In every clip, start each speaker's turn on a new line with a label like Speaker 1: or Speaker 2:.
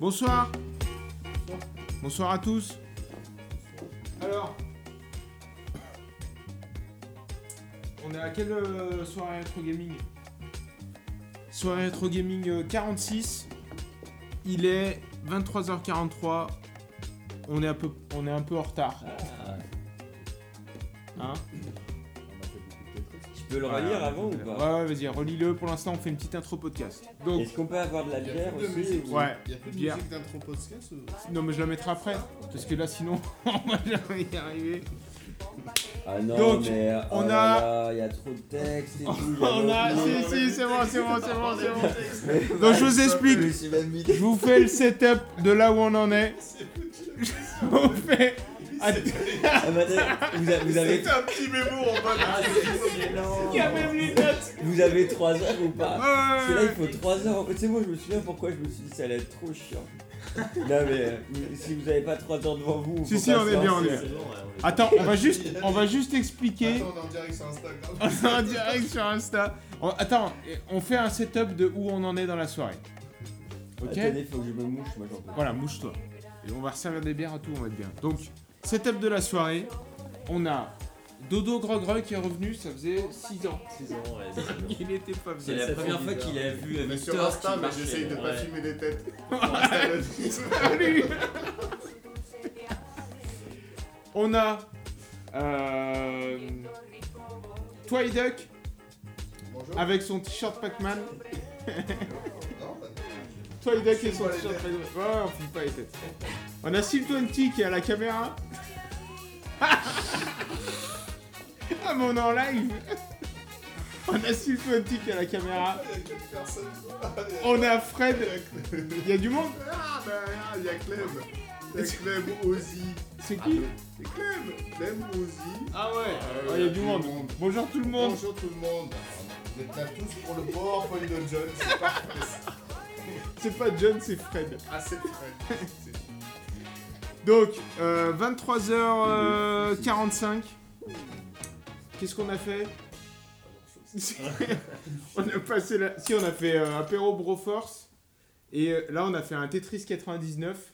Speaker 1: Bonsoir. Bonsoir à tous. Alors, on est à quelle euh, soirée rétro gaming Soirée rétro gaming euh, 46. Il est 23h43. On est un peu, on est un peu en retard.
Speaker 2: Ah,
Speaker 1: Hein
Speaker 2: Je peux le relire avant ou pas
Speaker 1: Ah, Ouais, ouais, vas-y, relis-le. Pour l'instant, on fait une petite intro podcast. Donc,
Speaker 2: Est-ce qu'on peut avoir de la bière
Speaker 3: plus de
Speaker 2: aussi
Speaker 3: musique.
Speaker 2: ou-
Speaker 1: ouais.
Speaker 3: Il y a plus de
Speaker 1: Bière.
Speaker 3: musique d'intro podcast ou-
Speaker 1: Non, mais je la mettrai après. Parce que là, sinon, on va jamais y arriver.
Speaker 2: Ah non,
Speaker 1: Donc,
Speaker 2: mais euh,
Speaker 1: on
Speaker 2: oh
Speaker 1: a-
Speaker 2: là là, Il y a trop de textes et tout. il y a
Speaker 1: On a.
Speaker 2: l'autre,
Speaker 1: Oh Si,
Speaker 2: non.
Speaker 1: si, c'est bon, c'est bon, c'est bon, c'est bon. Donc, je vous explique.
Speaker 2: Je me suis même mis
Speaker 1: Je vous fais le setup de là où on en est. Je vous fais.
Speaker 2: Ah, mais attendez, vous, a- vous avez.
Speaker 3: C'était un petit mémo en bas.
Speaker 2: Ah, c'est excellent.
Speaker 1: les notes
Speaker 2: Vous avez 3 heures ou
Speaker 1: Ouais,
Speaker 2: pas Parce que là, il
Speaker 1: ouais, ouais.
Speaker 2: faut 3 heures. En fait, c'est moi, je me souviens pourquoi je me suis dit ça allait être trop chiant. non, mais euh, si vous avez pas 3 heures devant vous.
Speaker 1: Si,
Speaker 2: faut
Speaker 1: si,
Speaker 2: pas
Speaker 1: on
Speaker 2: se
Speaker 1: est bien,
Speaker 2: lancer.
Speaker 1: on est Attends, on va juste, on va juste expliquer.
Speaker 3: Attends, on est en direct sur Instagram.
Speaker 1: On est en direct sur Insta. On- Attends, on fait un setup de où on en est dans la soirée. Ok
Speaker 2: Attendez, faut que je me mouche, moi j'en peux.
Speaker 1: Voilà, mouche-toi. Et on va servir des bières à tout, on va être bien. Donc, setup de la soirée. On a Dodo Grogre qui est revenu, ça faisait 6 ans. Il était pas
Speaker 4: C'est
Speaker 1: venu.
Speaker 4: la première fois qu'il a vu euh,
Speaker 3: Mais sur
Speaker 4: Victor
Speaker 3: Insta,
Speaker 4: qui
Speaker 3: mais
Speaker 4: marchait. hein.
Speaker 3: j'essaye de pas
Speaker 4: Ouais.
Speaker 3: filmer des têtes.
Speaker 1: On a. Euh, Twiduck
Speaker 3: Bonjour.
Speaker 1: avec son t-shirt Pac-Man.
Speaker 3: Ah, Non, bah,
Speaker 1: Twiduck et son t-shirt Pac-Man. Ouais, on filme pas les têtes. On a Sim20 qui est à la caméra. ah, mais on est en live! On a Sim20 qui est à la caméra.
Speaker 3: Il y a quatre personnes.
Speaker 1: On a Fred. Il y a du monde?
Speaker 3: Ah, bah, il y a Clem. Il y a Clem, Ozzy.
Speaker 1: C'est qui?
Speaker 3: C'est Clem. Clem, Ozzy.
Speaker 1: Ah ouais!
Speaker 3: Ah
Speaker 1: Il
Speaker 3: ouais,
Speaker 1: y a du monde. Bonjour tout le monde!
Speaker 3: Bonjour tout le monde. Vous êtes là tous pour le PowerPoint de John. C'est pas
Speaker 1: C'est pas John, c'est Fred.
Speaker 3: Ah, c'est Fred. C'est-
Speaker 1: Donc, euh, 23h45. Qu'est-ce qu'on a fait On a passé la... Si, on a fait euh, apéro Broforce. Et euh, là, on a fait un Tetris 99.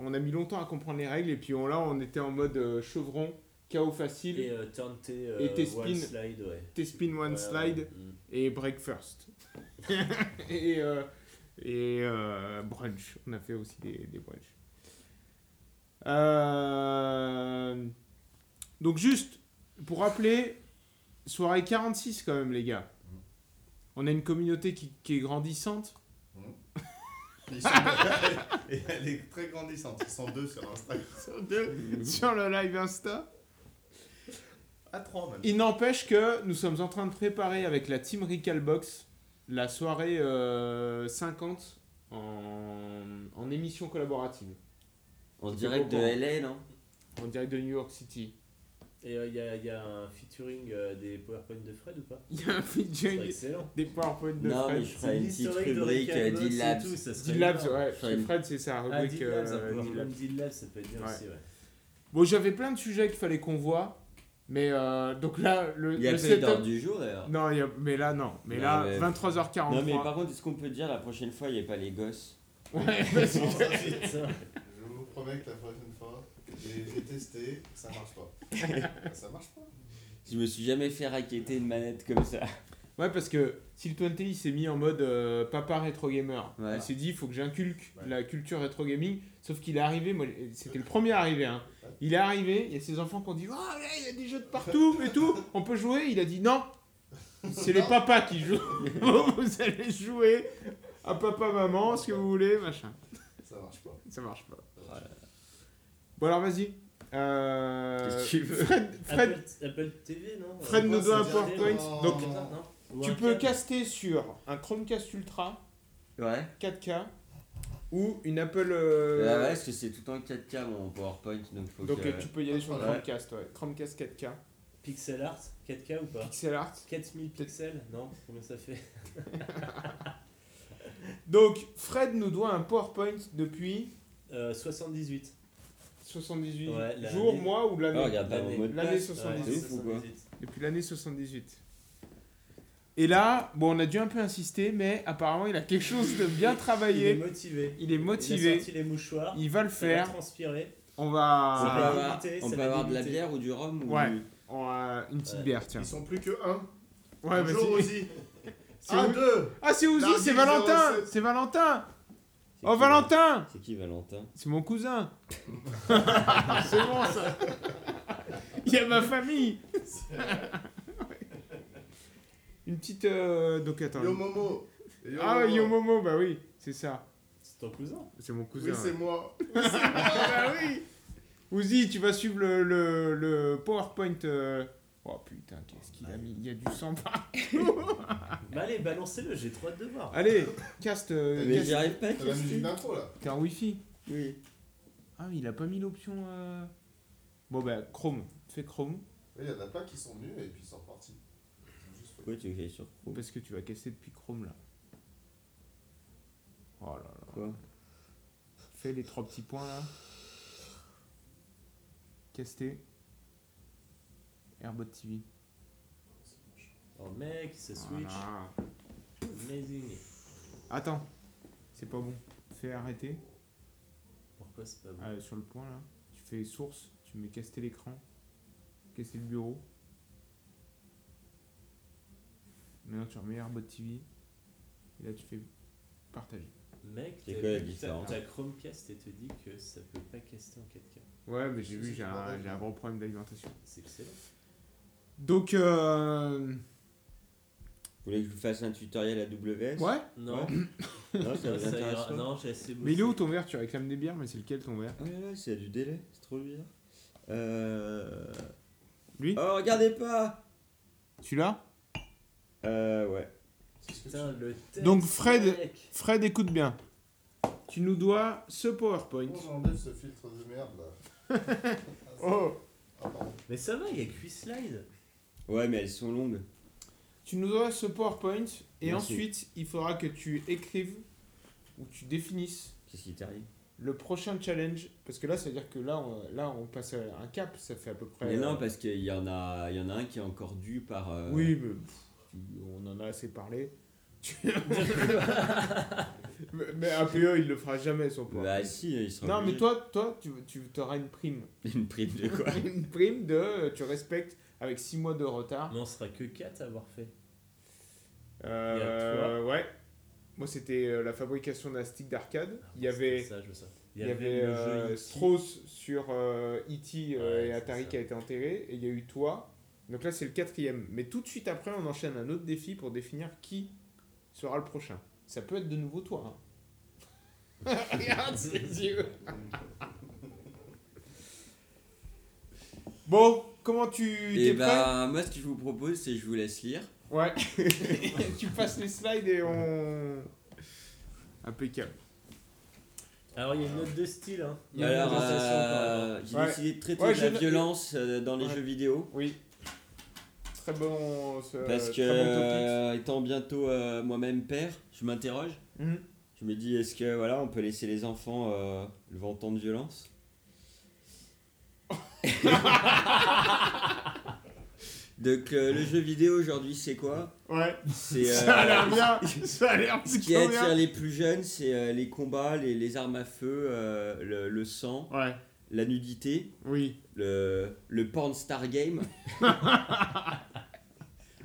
Speaker 1: On a mis longtemps à comprendre les règles. Et puis on, là, on était en mode euh, chevron, chaos
Speaker 4: Et
Speaker 1: facile,
Speaker 4: euh, turn T,
Speaker 1: Et
Speaker 4: euh,
Speaker 1: tes
Speaker 4: one
Speaker 1: spins.
Speaker 4: slide, ouais.
Speaker 1: T-spin one
Speaker 4: Ouais,
Speaker 1: slide
Speaker 4: mm.
Speaker 1: et break first. et euh, et euh, brunch. On a fait aussi des, des brunchs. Euh, donc juste, pour rappeler, soirée 46 quand même les gars. On a une communauté qui, qui est grandissante.
Speaker 3: Ils sont- Et elle est très grandissante. Ils sont deux sur Insta.
Speaker 1: sur le live Insta.
Speaker 3: À trois même.
Speaker 1: Il n'empêche que nous sommes en train de préparer avec la team Recalbox la soirée euh, 50 en, en émission collaborative.
Speaker 2: En direct de LA, non
Speaker 1: On dirait de New York City.
Speaker 4: Et euh, il y, a- il y a un featuring euh, des PowerPoint de Fred ou pas
Speaker 1: Il y a un
Speaker 4: C'est
Speaker 1: featuring
Speaker 4: excellent.
Speaker 1: des PowerPoint de
Speaker 2: Non, mais
Speaker 1: Fred.
Speaker 2: je ferai une petite rubrique euh,
Speaker 4: Recalbox et
Speaker 2: D-Labs.
Speaker 4: tout, ça serait
Speaker 1: D-Labs,
Speaker 4: énorme.
Speaker 1: ouais.
Speaker 2: Enfin,
Speaker 1: Chez
Speaker 2: une-
Speaker 1: Fred, c'est sa
Speaker 4: Ah,
Speaker 1: rubrique.
Speaker 4: D-Labs, un
Speaker 1: euh, D-Labs.
Speaker 4: programme D-Labs, ça peut être bien
Speaker 1: Ouais.
Speaker 4: aussi, ouais.
Speaker 1: Bon, j'avais plein de sujets qu'il fallait qu'on voit. Mais euh, donc là, le,
Speaker 2: Il y a
Speaker 1: le
Speaker 2: pas eu d'ordre
Speaker 1: setup.
Speaker 2: du jour d'ailleurs.
Speaker 1: Non, il y a- mais là, non. Mais
Speaker 2: Non,
Speaker 1: là,
Speaker 2: mais-
Speaker 1: 23h43.
Speaker 2: Non, mais par contre, est-ce qu'on peut dire la prochaine fois, il n'y a pas les gosses
Speaker 1: Ouais, vas-y.
Speaker 4: Putain.
Speaker 3: Je vous promets que la prochaine fois, j'ai j'ai testé, ça marche pas. ça marche pas.
Speaker 2: Je me suis jamais fait raqueter une manette comme ça.
Speaker 1: Ouais, parce que Syltwenty il s'est mis en mode euh, papa rétro gamer.
Speaker 2: Ouais.
Speaker 1: Il s'est dit, il faut que j'inculque
Speaker 3: Ouais.
Speaker 1: la culture rétro gaming. Sauf qu'il est arrivé, moi, c'était le premier arrivé. Hein. Il est arrivé, il y a ses enfants qui ont dit, oh là, il y a des jeux de partout et tout, on peut jouer. Il a dit, non, c'est les
Speaker 3: Non.
Speaker 1: papas qui jouent. vous allez jouer à papa, maman, ce que vous voulez, machin.
Speaker 3: Ça marche pas.
Speaker 1: Ça marche pas. Bon, alors vas-y. Euh,
Speaker 2: Qu'est-ce que tu veux
Speaker 1: Fred, Fred,
Speaker 4: Apple, Apple TV, non
Speaker 1: Fred
Speaker 4: Euh,
Speaker 1: nous doit un
Speaker 4: c'est hein.
Speaker 1: PowerPoint.
Speaker 4: bien.
Speaker 1: Donc,
Speaker 4: Non, non. Ou
Speaker 1: tu
Speaker 4: un
Speaker 1: peux
Speaker 4: câble.
Speaker 1: caster sur un Chromecast Ultra.
Speaker 2: Ouais.
Speaker 1: 4K ou une Apple. euh,
Speaker 2: Ah ouais, parce que c'est tout en 4K mon PowerPoint, donc faut
Speaker 1: donc
Speaker 2: que.
Speaker 1: euh, tu peux y aller sur le
Speaker 2: Ouais.
Speaker 1: Chromecast, ouais. Chromecast 4K.
Speaker 4: Pixel Art 4K ou pas
Speaker 1: Pixel Art.
Speaker 4: 4000 pixels Non Combien ça fait
Speaker 1: Donc Fred nous doit un PowerPoint depuis
Speaker 4: Euh, 78.
Speaker 1: 78
Speaker 4: Ouais, l'année.
Speaker 1: jours, mois ou
Speaker 2: Ah,
Speaker 4: bah,
Speaker 1: l'année
Speaker 2: regarde pas mon
Speaker 4: l'année-
Speaker 2: mot de
Speaker 1: l'année
Speaker 2: passe.
Speaker 4: Ouais,
Speaker 1: 78.
Speaker 2: ouf ou quoi
Speaker 4: 78.
Speaker 1: Depuis l'année 78. Et là, bon, on a dû un peu insister, mais apparemment, il a quelque chose de bien
Speaker 4: Il est
Speaker 1: travaillé.
Speaker 4: motivé.
Speaker 1: Il est
Speaker 4: Il a
Speaker 1: motivé.
Speaker 4: sorti les mouchoirs.
Speaker 1: Il va le
Speaker 4: Ça va
Speaker 1: faire.
Speaker 4: transpirer.
Speaker 1: On
Speaker 2: on peut
Speaker 4: va
Speaker 1: Ah, va.
Speaker 2: avoir,
Speaker 4: dégoûter,
Speaker 2: on
Speaker 4: ça
Speaker 2: peut
Speaker 4: va
Speaker 2: avoir de la
Speaker 4: dégoûter.
Speaker 2: bière ou du rhum ou
Speaker 1: Ouais.
Speaker 2: du-
Speaker 1: On va- une petite
Speaker 4: Ouais.
Speaker 1: bière, tiens.
Speaker 3: Ils sont plus que un.
Speaker 1: Ouais, vas-y.
Speaker 3: Bonjour Ozzy.
Speaker 1: C'est
Speaker 3: Un,
Speaker 1: Ouzi.
Speaker 3: deux.
Speaker 1: Ah, c'est Ouzi,
Speaker 3: Darby
Speaker 1: c'est Valentin
Speaker 3: 07.
Speaker 1: C'est Valentin
Speaker 2: C'est
Speaker 1: Oh,
Speaker 2: qui,
Speaker 1: Valentin
Speaker 2: C'est qui Valentin
Speaker 1: C'est mon cousin C'est bon, ça Il y a ma famille Une petite... euh, Donc, attends.
Speaker 3: Yo Momo. Yo,
Speaker 1: ah,
Speaker 3: Momo.
Speaker 1: Yo Momo, bah oui, c'est ça.
Speaker 4: C'est ton cousin.
Speaker 1: C'est mon cousin.
Speaker 3: Oui, c'est moi.
Speaker 1: Ah, bah oui Ouzi, tu vas suivre le, le, le PowerPoint... euh, Oh putain, qu'est-ce qu'il a mis Il y a du sang partout
Speaker 4: Bah allez, balancez-le, j'ai trop hâte de voir.
Speaker 1: Allez, cast... euh,
Speaker 2: Mais
Speaker 1: cast-
Speaker 2: j'y arrive pas,
Speaker 3: C'est la
Speaker 2: qu'est-ce
Speaker 3: musique
Speaker 2: que
Speaker 3: d'intro là.
Speaker 1: T'es en Wi-Fi
Speaker 2: Oui.
Speaker 1: Ah, il a pas mis l'option. euh, Bon, bah, Chrome. Fais Chrome.
Speaker 3: Il y en a plein qui sont venus et puis ils sont repartis. Ils ont juste fait-
Speaker 2: Pourquoi tu écris sur Chrome
Speaker 1: Parce que tu vas casser depuis Chrome là. Oh là là.
Speaker 2: Quoi
Speaker 1: Fais les trois petits points là. Casté. Airbot TV.
Speaker 4: Oh mec, c'est Switch.
Speaker 1: Voilà.
Speaker 4: Amazing.
Speaker 1: Attends. C'est pas bon. Fais arrêter.
Speaker 4: Pourquoi c'est pas bon
Speaker 1: Ah, sur le point là. Tu fais source. Tu mets casté l'écran. Casté le bureau. Maintenant tu remets Airbot TV. Et là tu fais partager.
Speaker 4: Mec,
Speaker 2: C'est
Speaker 4: t'as
Speaker 2: quoi la
Speaker 4: vu,
Speaker 2: différence
Speaker 4: t'as- t'as Chromecast et te dit que ça peut pas caster en 4K.
Speaker 1: Ouais, mais j'ai
Speaker 3: C'est-
Speaker 1: vu,
Speaker 3: c'est
Speaker 1: j'ai
Speaker 3: pas
Speaker 1: un,
Speaker 3: mal.
Speaker 1: j'ai un gros problème d'alimentation.
Speaker 4: C'est excellent.
Speaker 1: Donc, euh...
Speaker 2: Vous voulez que je vous fasse un tutoriel à WS
Speaker 1: ouais.
Speaker 4: Non,
Speaker 2: Non, ça
Speaker 4: non,
Speaker 2: vous
Speaker 4: ça ira-
Speaker 2: intéresse pas
Speaker 4: non, j'ai assez bossé.
Speaker 1: Mais il est où ton verre Tu réclames des bières, mais c'est lequel ton verre
Speaker 2: Oh là là, c'est à du délai, c'est trop bizarre. Euh...
Speaker 1: Lui
Speaker 2: Oh, regardez pas
Speaker 1: Celui-là
Speaker 2: Euh, ouais.
Speaker 3: C'est ce que tu-
Speaker 4: Putain, le texte,
Speaker 1: Donc, Fred-
Speaker 4: mec.
Speaker 1: Fred, écoute bien. Tu nous dois ce PowerPoint.
Speaker 3: Comment j'enlève ce filtre de merde là
Speaker 1: Oh
Speaker 3: Ah, pardon.
Speaker 4: Mais ça va, il y a que 8 slides.
Speaker 2: Ouais, mais elles sont longues.
Speaker 1: Tu nous dois ce PowerPoint, et
Speaker 2: Merci.
Speaker 1: ensuite, il faudra que tu écrives ou tu définisses
Speaker 2: Qu'est-ce qui t'arrive
Speaker 1: le prochain challenge. Parce que là, ça veut dire que là, on, là, on passe à un cap, ça fait à peu près.
Speaker 2: Mais non,
Speaker 1: euh,
Speaker 2: parce qu'il y, en a- il y en a un qui est encore dû par... euh,
Speaker 1: Oui, mais pff, tu- on en a assez parlé. Tu- mais, mais APE, il le fera jamais son point.
Speaker 2: Bah si, ils sont
Speaker 1: non, mais toi, toi tu, tu auras une prime.
Speaker 2: Une prime de quoi
Speaker 1: une prime de euh, tu respectes avec 6 mois de retard.
Speaker 4: Mais on sera que 4 à avoir fait.
Speaker 1: Euh, ouais. Moi, c'était euh, la fabrication d'un stick d'arcade.
Speaker 4: Ah,
Speaker 1: Il y avait,
Speaker 4: ça, je veux ça.
Speaker 1: il y avait
Speaker 4: le
Speaker 1: euh,
Speaker 4: jeu Yeti.
Speaker 1: Strauss sur euh, E.T. euh,
Speaker 4: Ouais,
Speaker 1: et
Speaker 4: c'est
Speaker 1: Atari
Speaker 4: ça.
Speaker 1: qui a été enterré. Et il y a eu toi. Donc là, c'est le quatrième. Mais tout de suite après, on enchaîne un autre défi pour définir qui sera le prochain. Ça peut être de nouveau toi. hein. Regarde ses yeux. bon, comment tu
Speaker 2: Et
Speaker 1: t'es prêt
Speaker 2: bah, moi, ce que je vous propose, c'est que je vous laisse lire.
Speaker 1: Ouais. tu passes les slides et on. Impeccable.
Speaker 4: Alors, il y a une note de style. Hein. Il y a une
Speaker 2: Alors,
Speaker 4: note de sensation, quand même.
Speaker 2: euh, j'ai
Speaker 1: Ouais.
Speaker 2: décidé de traiter
Speaker 1: Ouais,
Speaker 2: de
Speaker 1: je
Speaker 2: la
Speaker 1: l'ai-
Speaker 2: violence euh, dans les
Speaker 1: Ouais.
Speaker 2: jeux vidéo.
Speaker 1: Oui. Très bon. ce-
Speaker 2: Parce que,
Speaker 1: Euh, très bon
Speaker 2: euh, étant bientôt euh, moi-même père, je m'interroge.
Speaker 1: topic. Mhm.
Speaker 2: Je me dis, est-ce que voilà, on peut laisser les enfants euh, le vent tant de violence Donc euh, le jeu vidéo aujourd'hui c'est quoi
Speaker 1: Ouais.
Speaker 2: C'est euh,
Speaker 1: Ça a l'air bien. Ça a l'air
Speaker 2: ce qui
Speaker 1: plutôt
Speaker 2: attire
Speaker 1: bien.
Speaker 2: les plus jeunes, c'est euh, les combats, les, les armes à feu, euh, le, le sang,
Speaker 1: Ouais.
Speaker 2: la nudité,
Speaker 1: Oui.
Speaker 2: le, le porn star game.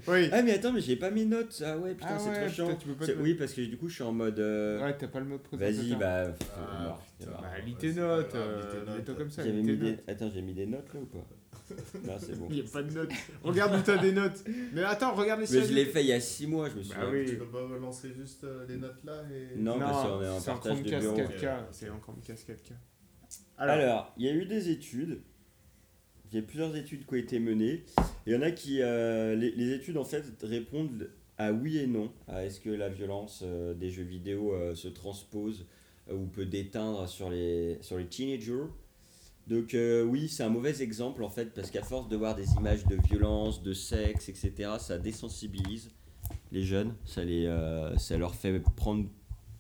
Speaker 1: Oui.
Speaker 2: Ah mais attends mais j'ai pas mes notes. Ah ouais putain
Speaker 1: Ah
Speaker 2: c'est
Speaker 1: ouais,
Speaker 2: trop chiant.
Speaker 1: putain, tu peux pas
Speaker 2: C'est-
Speaker 1: te-
Speaker 2: Oui parce que du coup je suis en mode euh,
Speaker 1: Ouais, t'as pas le mot de présentateur.
Speaker 2: vas-y bah,
Speaker 3: Ah,
Speaker 2: mort,
Speaker 3: putain.
Speaker 2: mort.
Speaker 1: Bah, lis
Speaker 3: Ouais,
Speaker 1: tes
Speaker 3: c'est
Speaker 1: notes.
Speaker 3: pas grave, lis tes
Speaker 1: euh,
Speaker 3: notes.
Speaker 1: Mets-toi comme ça.
Speaker 2: J'avais
Speaker 1: Lis tes
Speaker 2: mis des...
Speaker 1: notes.
Speaker 2: Attends, j'ai mis des notes là ou pas Non, c'est bon.
Speaker 1: Il n'y a pas de notes. Regarde où t'as des notes. Mais attends, regarde les
Speaker 2: Mais je
Speaker 1: slides.
Speaker 2: l'ai fait il y a 6 mois, je me souviens.
Speaker 1: Bah oui.
Speaker 3: Tu peux pas lancer juste euh, les notes là et.
Speaker 2: Non, parce qu'on est en
Speaker 1: c'est un
Speaker 2: partage de
Speaker 1: Chromecast
Speaker 2: bureau.
Speaker 1: 4K. C'est un Chromecast 4K.
Speaker 2: Alors, il y a eu des études. Il y a plusieurs études qui ont été menées. Il y en a qui. euh, les, les études, en fait, répondent à oui et non. À est-ce que la violence euh, des jeux vidéo euh, se transpose euh, ou peut déteindre sur les, sur les teenagers Donc, euh, oui, c'est un mauvais exemple, en fait, parce qu'à force de voir des images de violence, de sexe, etc., ça désensibilise les jeunes. Ça, les, euh, ça leur fait prendre.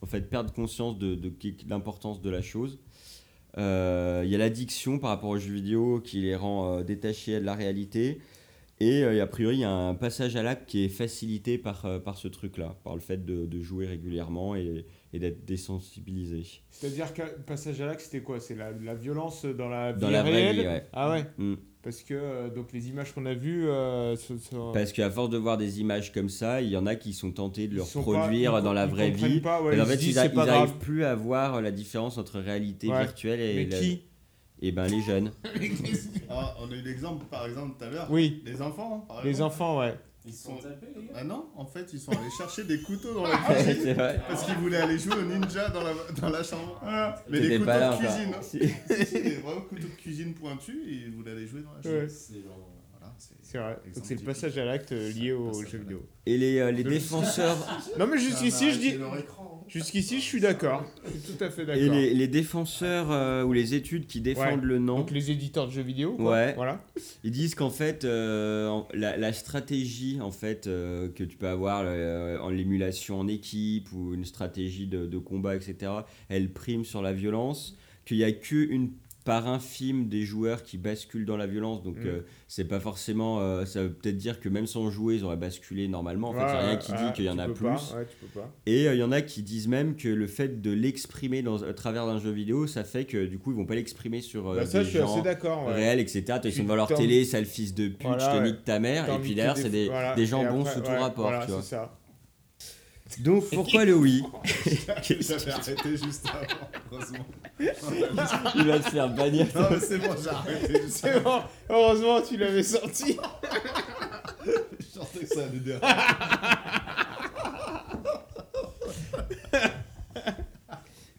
Speaker 2: En fait, perdre conscience de, de, de l'importance de la chose. Euh, Il y a l'addiction par rapport aux jeux vidéo qui les rend euh, détachés de la réalité. Et euh, a priori, il y a un passage à l'acte qui est facilité par, euh, par ce truc-là, par le fait de, de jouer régulièrement et, et d'être désensibilisé.
Speaker 1: C'est-à-dire que le passage à l'acte, c'était quoi C'est la, la violence dans la vie
Speaker 2: Dans la vraie
Speaker 1: réelle
Speaker 2: vie, ouais.
Speaker 1: Ah ouais
Speaker 2: Mm.
Speaker 1: Parce que euh, donc les images qu'on a vues, euh, ce- ce-
Speaker 2: Parce qu'à force de voir des images comme ça, il y en a qui sont tentés de le
Speaker 1: ils sont pas-
Speaker 2: reproduire
Speaker 1: ils-
Speaker 2: dans la
Speaker 1: ils
Speaker 2: vraie
Speaker 1: comprennent
Speaker 2: vie.
Speaker 1: Pas, ouais,
Speaker 2: Mais en
Speaker 1: ils
Speaker 2: fait,
Speaker 1: se disent,
Speaker 2: ils
Speaker 1: c'est pas grave.
Speaker 2: n'arrivent plus à voir euh, la différence entre réalité
Speaker 1: Ouais.
Speaker 2: virtuelle et
Speaker 1: Mais
Speaker 2: la-
Speaker 1: qui
Speaker 2: Eh ben, les jeunes.
Speaker 3: Ah, on a eu l'exemple, par exemple, tout à l'heure.
Speaker 1: Oui,
Speaker 3: Les enfants, hein, par
Speaker 1: les
Speaker 3: exemple.
Speaker 1: enfants, ouais.
Speaker 4: Ils se sont tapés, les gars.
Speaker 3: Ah non, en fait, ils sont allés chercher des couteaux dans la
Speaker 1: Ah,
Speaker 3: cuisine.
Speaker 2: c'est vrai.
Speaker 3: Parce qu'ils voulaient aller jouer au ninja dans la, dans la chambre.
Speaker 1: Ah.
Speaker 3: Mais
Speaker 2: T'étais
Speaker 3: des couteaux
Speaker 2: pas là,
Speaker 3: de
Speaker 2: enfin.
Speaker 3: cuisine. hein.
Speaker 1: hein.
Speaker 2: Si.
Speaker 3: Si, si, des vrais couteaux de cuisine pointus et ils voulaient aller jouer dans la chambre.
Speaker 1: Ouais.
Speaker 4: C'est genre.
Speaker 3: Voilà, c'est
Speaker 1: C'est vrai. Donc
Speaker 3: Exemple
Speaker 1: c'est le
Speaker 3: typique.
Speaker 1: passage à l'acte euh, lié aux
Speaker 3: Passage à
Speaker 1: jeux vidéo.
Speaker 2: Et les, euh, les
Speaker 1: Je-
Speaker 2: défenseurs,
Speaker 1: Non mais jusqu'ici,
Speaker 3: Ah,
Speaker 1: je
Speaker 3: c'est
Speaker 1: dis...
Speaker 3: leur écran.
Speaker 1: Jusqu'ici, je suis d'accord. Je suis tout à fait
Speaker 2: et
Speaker 1: d'accord.
Speaker 2: les, les défenseurs euh, ou les études qui défendent le non,
Speaker 1: Donc les éditeurs de jeux vidéo, quoi.
Speaker 2: Ouais.
Speaker 1: Voilà.
Speaker 2: ils disent qu'en fait, euh, en- la, la stratégie en fait, euh, que tu peux avoir euh, en l'émulation en équipe ou une stratégie de, de combat, etc., elle prime sur la violence, qu'il n'y a qu'une part infime des joueurs qui basculent dans la violence. Donc
Speaker 1: Mm.
Speaker 2: euh, c'est pas forcément... euh, ça veut peut-être dire que même sans jouer, ils auraient basculé normalement. En fait, il n'y a
Speaker 1: Ouais,
Speaker 2: rien qui
Speaker 1: ouais,
Speaker 2: dit
Speaker 1: ouais,
Speaker 2: qu'il y en
Speaker 1: Ah, tu
Speaker 2: a
Speaker 1: peux
Speaker 2: plus.
Speaker 1: pas, ouais, tu peux pas.
Speaker 2: Et il y en a qui disent même que le fait de l'exprimer dans- à travers d'un jeu vidéo, ça fait que du coup ils vont pas l'exprimer sur euh,
Speaker 1: Bah, ça,
Speaker 2: des
Speaker 1: je suis
Speaker 2: gens
Speaker 1: assez d'accord. ouais.
Speaker 2: réels, etc. Toi,
Speaker 1: Tu
Speaker 2: Ils sont devant leur
Speaker 1: t'en-
Speaker 2: télé, sale fils de pute,
Speaker 1: Voilà,
Speaker 2: je te
Speaker 1: ouais.
Speaker 2: nique ta mère,
Speaker 1: T'as
Speaker 2: et
Speaker 1: envie
Speaker 2: puis
Speaker 1: de
Speaker 2: derrière
Speaker 1: te
Speaker 2: c'est
Speaker 1: dé-
Speaker 2: des,
Speaker 1: voilà.
Speaker 2: des gens
Speaker 1: Et
Speaker 2: bons
Speaker 1: après,
Speaker 2: sous tout
Speaker 1: ouais,
Speaker 2: rapport.
Speaker 1: voilà,
Speaker 2: tu vois.
Speaker 1: c'est ça.
Speaker 2: Donc pourquoi le oui Qu'est-ce
Speaker 3: J'avais arrêté juste avant, heureusement. non,
Speaker 2: Il va se faire bannir.
Speaker 3: mais c'est bon, j'ai arrêté juste
Speaker 1: C'est bon, heureusement tu l'avais sorti.
Speaker 3: Je sentais que ça allait déraper.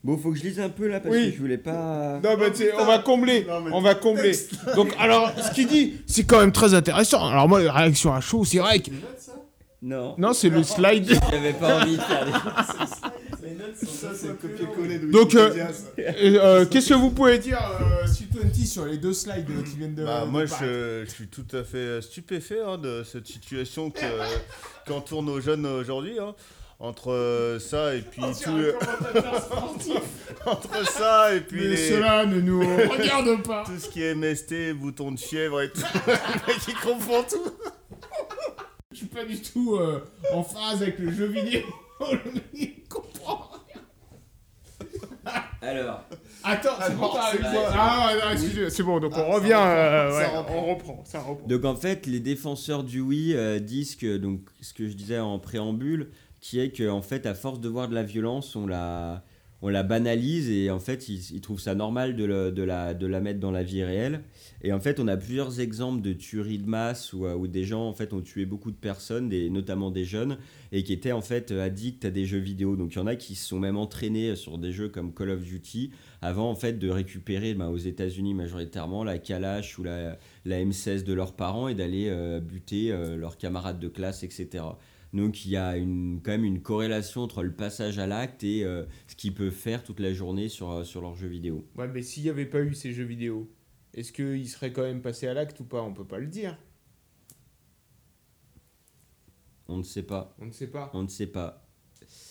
Speaker 2: Bon, faut que je lise un peu là parce
Speaker 1: Oui.
Speaker 2: que je voulais pas.
Speaker 1: Non, bah, tu sais, on va combler,
Speaker 3: Non, mais-
Speaker 1: on va combler. Donc, alors, ce qu'il dit, c'est quand même très intéressant. Alors, moi, la réaction à chaud, c'est vrai que.
Speaker 3: Les notes, ça
Speaker 2: Non,
Speaker 1: Non, c'est le slide.
Speaker 2: j'avais pas envie de faire des-
Speaker 4: Les notes sont
Speaker 3: Ça,
Speaker 4: deux
Speaker 3: c'est
Speaker 4: fois
Speaker 3: le
Speaker 4: plus
Speaker 3: copier-coller de
Speaker 1: Donc, euh,
Speaker 3: Wikipédia, ça.
Speaker 1: Euh, euh, Qu'est-ce que vous pouvez dire, euh, Sweet 20, sur les deux slides euh, qui viennent de.
Speaker 3: Bah, moi,
Speaker 1: de paraître
Speaker 3: je, je suis tout à fait euh, stupéfait hein, de cette situation que- qu'entournent nos jeunes aujourd'hui. hein. Entre euh, ça et puis
Speaker 1: On
Speaker 3: tout,
Speaker 1: dirait Oh, un commentateur sportif.
Speaker 3: entre ça et puis
Speaker 1: Mais
Speaker 3: les-
Speaker 1: cela ne nous regarde pas.
Speaker 3: tout ce qui est MST, bouton de fièvre et tout, le mec, il confond tout.
Speaker 1: Je suis pas du tout euh, en phase avec le jeu vidéo. Je comprends.
Speaker 2: Alors,
Speaker 1: Attends, c'est bon, t'as
Speaker 3: c'est
Speaker 1: raison.
Speaker 3: bon.
Speaker 1: Ah, non, excusez, c'est bon, donc
Speaker 3: Ah,
Speaker 1: on
Speaker 3: ça
Speaker 1: revient.
Speaker 3: reprend,
Speaker 1: euh,
Speaker 3: ça
Speaker 1: ouais,
Speaker 3: reprend.
Speaker 1: on reprend, ça reprend.
Speaker 2: Donc en fait, les défenseurs du oui euh, disent que donc ce que je disais en préambule, qui est que en fait, à force de voir de la violence, on la on la banalise et en fait, ils, ils trouvent ça normal de, le- de la de la mettre dans la vie réelle. Et en fait, on a plusieurs exemples de tueries de masse où, euh, où des gens en fait ont tué beaucoup de personnes, des, notamment des jeunes, et qui étaient en fait euh, addicts à des jeux vidéo. Donc il y en a qui se sont même entraînés euh, sur des jeux comme Call of Duty avant en fait de récupérer ben, aux États-Unis majoritairement la Kalash ou la la M16 de leurs parents et d'aller euh, buter euh, leurs camarades de classe, etc. Donc il y a une, quand même une corrélation entre le passage à l'acte et euh, ce qu'ils peuvent faire toute la journée sur, euh, sur leurs jeux vidéo.
Speaker 1: Ouais, mais s'il n'y avait pas eu ces jeux vidéo, est-ce qu'ils seraient quand même passés à l'acte ou pas On peut pas le dire.
Speaker 2: On ne sait pas.
Speaker 1: On ne sait pas.
Speaker 2: On ne sait pas.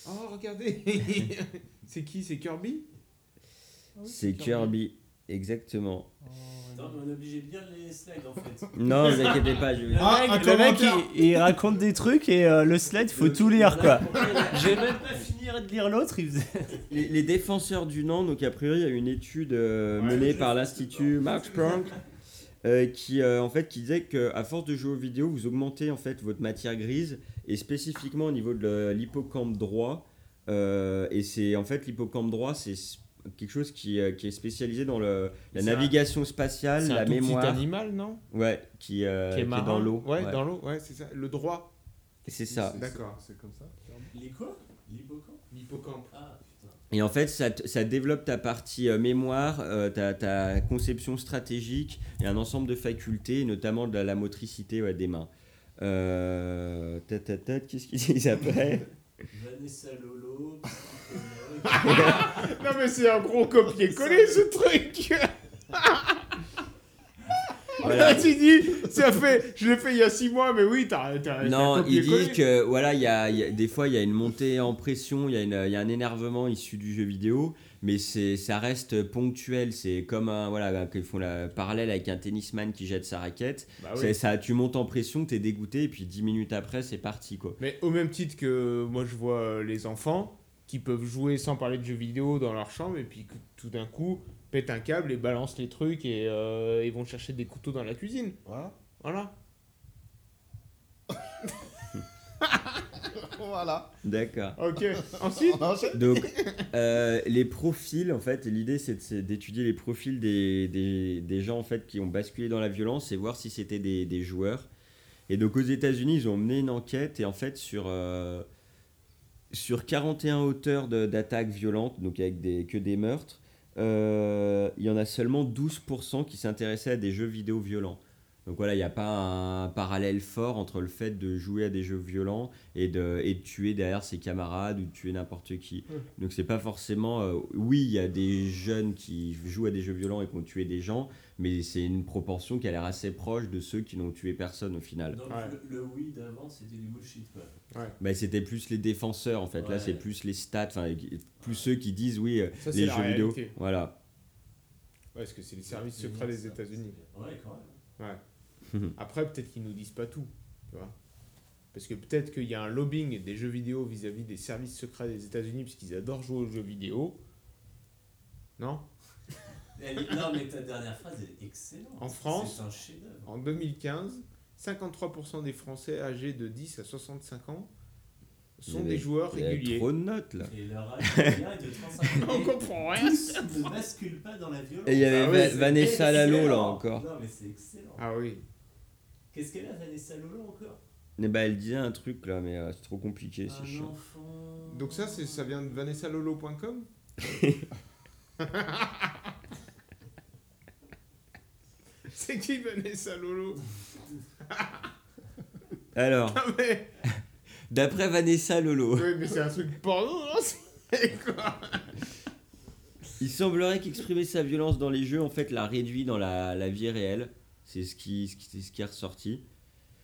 Speaker 1: Oh, regardez C'est qui C'est Kirby
Speaker 2: C'est Kirby. Exactement.
Speaker 4: Attends, mais on est obligé de lire les slides en fait.
Speaker 2: Non, vous inquiétez pas, je vais-
Speaker 1: Ah,
Speaker 5: le
Speaker 1: un
Speaker 5: mec, le mec,
Speaker 1: commentaire.
Speaker 5: il, il raconte des trucs et euh, le slide, faut
Speaker 4: Le-
Speaker 5: tout lire
Speaker 4: le-
Speaker 5: quoi.
Speaker 4: le-
Speaker 5: J'ai même pas fini de lire l'autre, il faisait.
Speaker 2: Les, les défenseurs du non, donc a priori, il y a une étude euh, menée par l'institut Max Planck euh, qui euh, en fait qui disait que à force de jouer aux vidéos, vous augmentez en fait votre matière grise et spécifiquement au niveau de le- l'hippocampe droit. euh, et c'est en fait l'hippocampe droit, c'est s- quelque chose qui, euh, qui est spécialisé dans le, la
Speaker 1: C'est un-
Speaker 2: navigation spatiale,
Speaker 1: C'est
Speaker 2: la
Speaker 1: un tout
Speaker 2: mémoire,
Speaker 1: petit animal, non
Speaker 2: ouais, qui, euh, qui est,
Speaker 1: marin.
Speaker 2: dans l'eau.
Speaker 1: Ouais,
Speaker 2: ouais.
Speaker 1: dans l'eau, ouais, c'est ça. Le droit.
Speaker 2: C'est ça.
Speaker 1: D'accord.
Speaker 3: C'est comme ça
Speaker 4: Les quoi L'hippocampe
Speaker 1: L'hippocampe.
Speaker 4: Ah putain.
Speaker 2: Et en fait, ça, t- ça développe ta partie euh, mémoire, euh, ta, ta conception stratégique et un ensemble de facultés, notamment de la, la motricité ouais, des mains. Euh, ta, ta, ta, Qu'est-ce qu'ils disent après
Speaker 4: Vanessa Lolo.
Speaker 1: Non, mais c'est un gros copier-coller ce truc
Speaker 3: Ah,
Speaker 2: Voilà.
Speaker 1: tu dis, ça fait, je l'ai fait il y a 6 mois, mais oui, t'as. t'as- t'as
Speaker 2: Non, il
Speaker 1: copié-collé.
Speaker 2: dit que voilà, il y a, il y a- des fois il y a une montée en pression, il y, a une- il y a un énervement issu du jeu vidéo, mais c'est ça reste ponctuel. C'est comme un voilà qu'ils font la parallèle avec un tennisman qui jette sa raquette.
Speaker 1: Bah oui.
Speaker 2: C'est- Ça, tu montes en pression, t'es dégoûté, et puis 10 minutes après c'est parti quoi.
Speaker 1: Mais au même titre que moi, je vois euh, les enfants qui peuvent jouer sans parler de jeux vidéo dans leur chambre et puis que tout d'un coup pètent un câble et balancent les trucs et euh, ils vont chercher des couteaux dans la cuisine.
Speaker 3: Voilà.
Speaker 1: Voilà.
Speaker 3: Voilà.
Speaker 2: D'accord.
Speaker 1: Ok. Ensuite.
Speaker 3: On enchaîne.
Speaker 2: Donc, euh, les profils, en fait, l'idée c'est de- c'est d'étudier les profils des, des- des gens en fait qui ont basculé dans la violence et voir si c'était des, des joueurs. Et donc, aux États-Unis, ils ont mené une enquête et en fait, sur, euh, sur 41 auteurs de- d'attaques violentes, donc avec des, que des meurtres, euh, il y en a seulement 12% qui s'intéressaient à des jeux vidéo violents. Donc voilà, il n'y a pas un parallèle fort entre le fait de jouer à des jeux violents et de, et de tuer derrière ses camarades ou de tuer n'importe qui. Donc c'est pas forcément. euh, oui, il y a des jeunes qui jouent à des jeux violents et qui ont tué des gens, mais c'est une proportion qui a l'air assez proche de ceux qui n'ont tué personne au final.
Speaker 4: Non,
Speaker 1: Ouais.
Speaker 4: le, le oui d'avant, c'était du bullshit, quoi.
Speaker 2: Bah, c'était plus les défenseurs en fait. Là
Speaker 4: Ouais.
Speaker 2: c'est plus les stats, enfin et- et plus ceux qui disent oui euh,
Speaker 1: Ça, c'est
Speaker 2: les
Speaker 1: la
Speaker 2: jeux vidéo.
Speaker 1: réalité.
Speaker 2: Voilà.
Speaker 1: Ouais, parce que c'est les services secrets des États-Unis.
Speaker 4: Ouais, quand même.
Speaker 1: Après, peut-être qu'ils nous disent pas tout, tu vois. Parce que peut-être qu'il y a un lobbying des jeux vidéo vis-à-vis des services secrets des États-Unis, parce qu'ils adorent jouer aux jeux vidéo. Non
Speaker 4: Elle est- Non, mais ta dernière phrase est excellente.
Speaker 1: En France,
Speaker 4: C'est un chef-d'œuvre.
Speaker 1: En 2015, 53% des Français âgés de 10 à 65 ans
Speaker 2: Il y
Speaker 1: sont
Speaker 2: avait-
Speaker 1: des joueurs
Speaker 2: Il y a
Speaker 1: réguliers.
Speaker 2: trop de notes là.
Speaker 4: Et leur âge moyen est de 35 ans.
Speaker 1: On comprend rien.
Speaker 4: Tous ne basculent pas dans la violence.
Speaker 2: Et il y avait
Speaker 1: Ah ouais,
Speaker 2: Va-
Speaker 1: c'est
Speaker 2: Vanessa Lalo là
Speaker 4: Excellent.
Speaker 2: encore.
Speaker 4: Non, mais c'est excellent.
Speaker 1: Ah oui.
Speaker 4: Qu'est-ce qu'elle a, Vanessa Lolo, encore
Speaker 2: Et bah, elle disait un truc là, mais euh, c'est trop compliqué,
Speaker 1: Ah,
Speaker 2: c'est
Speaker 4: Un
Speaker 2: chiant.
Speaker 4: enfant.
Speaker 1: Donc ça, c'est, ça vient de vanessalolo.com C'est qui Vanessa Lolo
Speaker 2: Alors,
Speaker 1: Ah mais,
Speaker 2: d'après Vanessa Lolo.
Speaker 1: oui, mais c'est un truc porno, non C'est quoi
Speaker 2: Il semblerait qu'exprimer sa violence dans les jeux, en fait, la réduit dans la, la vie réelle. C'est ce qui, ce qui, c'est ce qui est ressorti.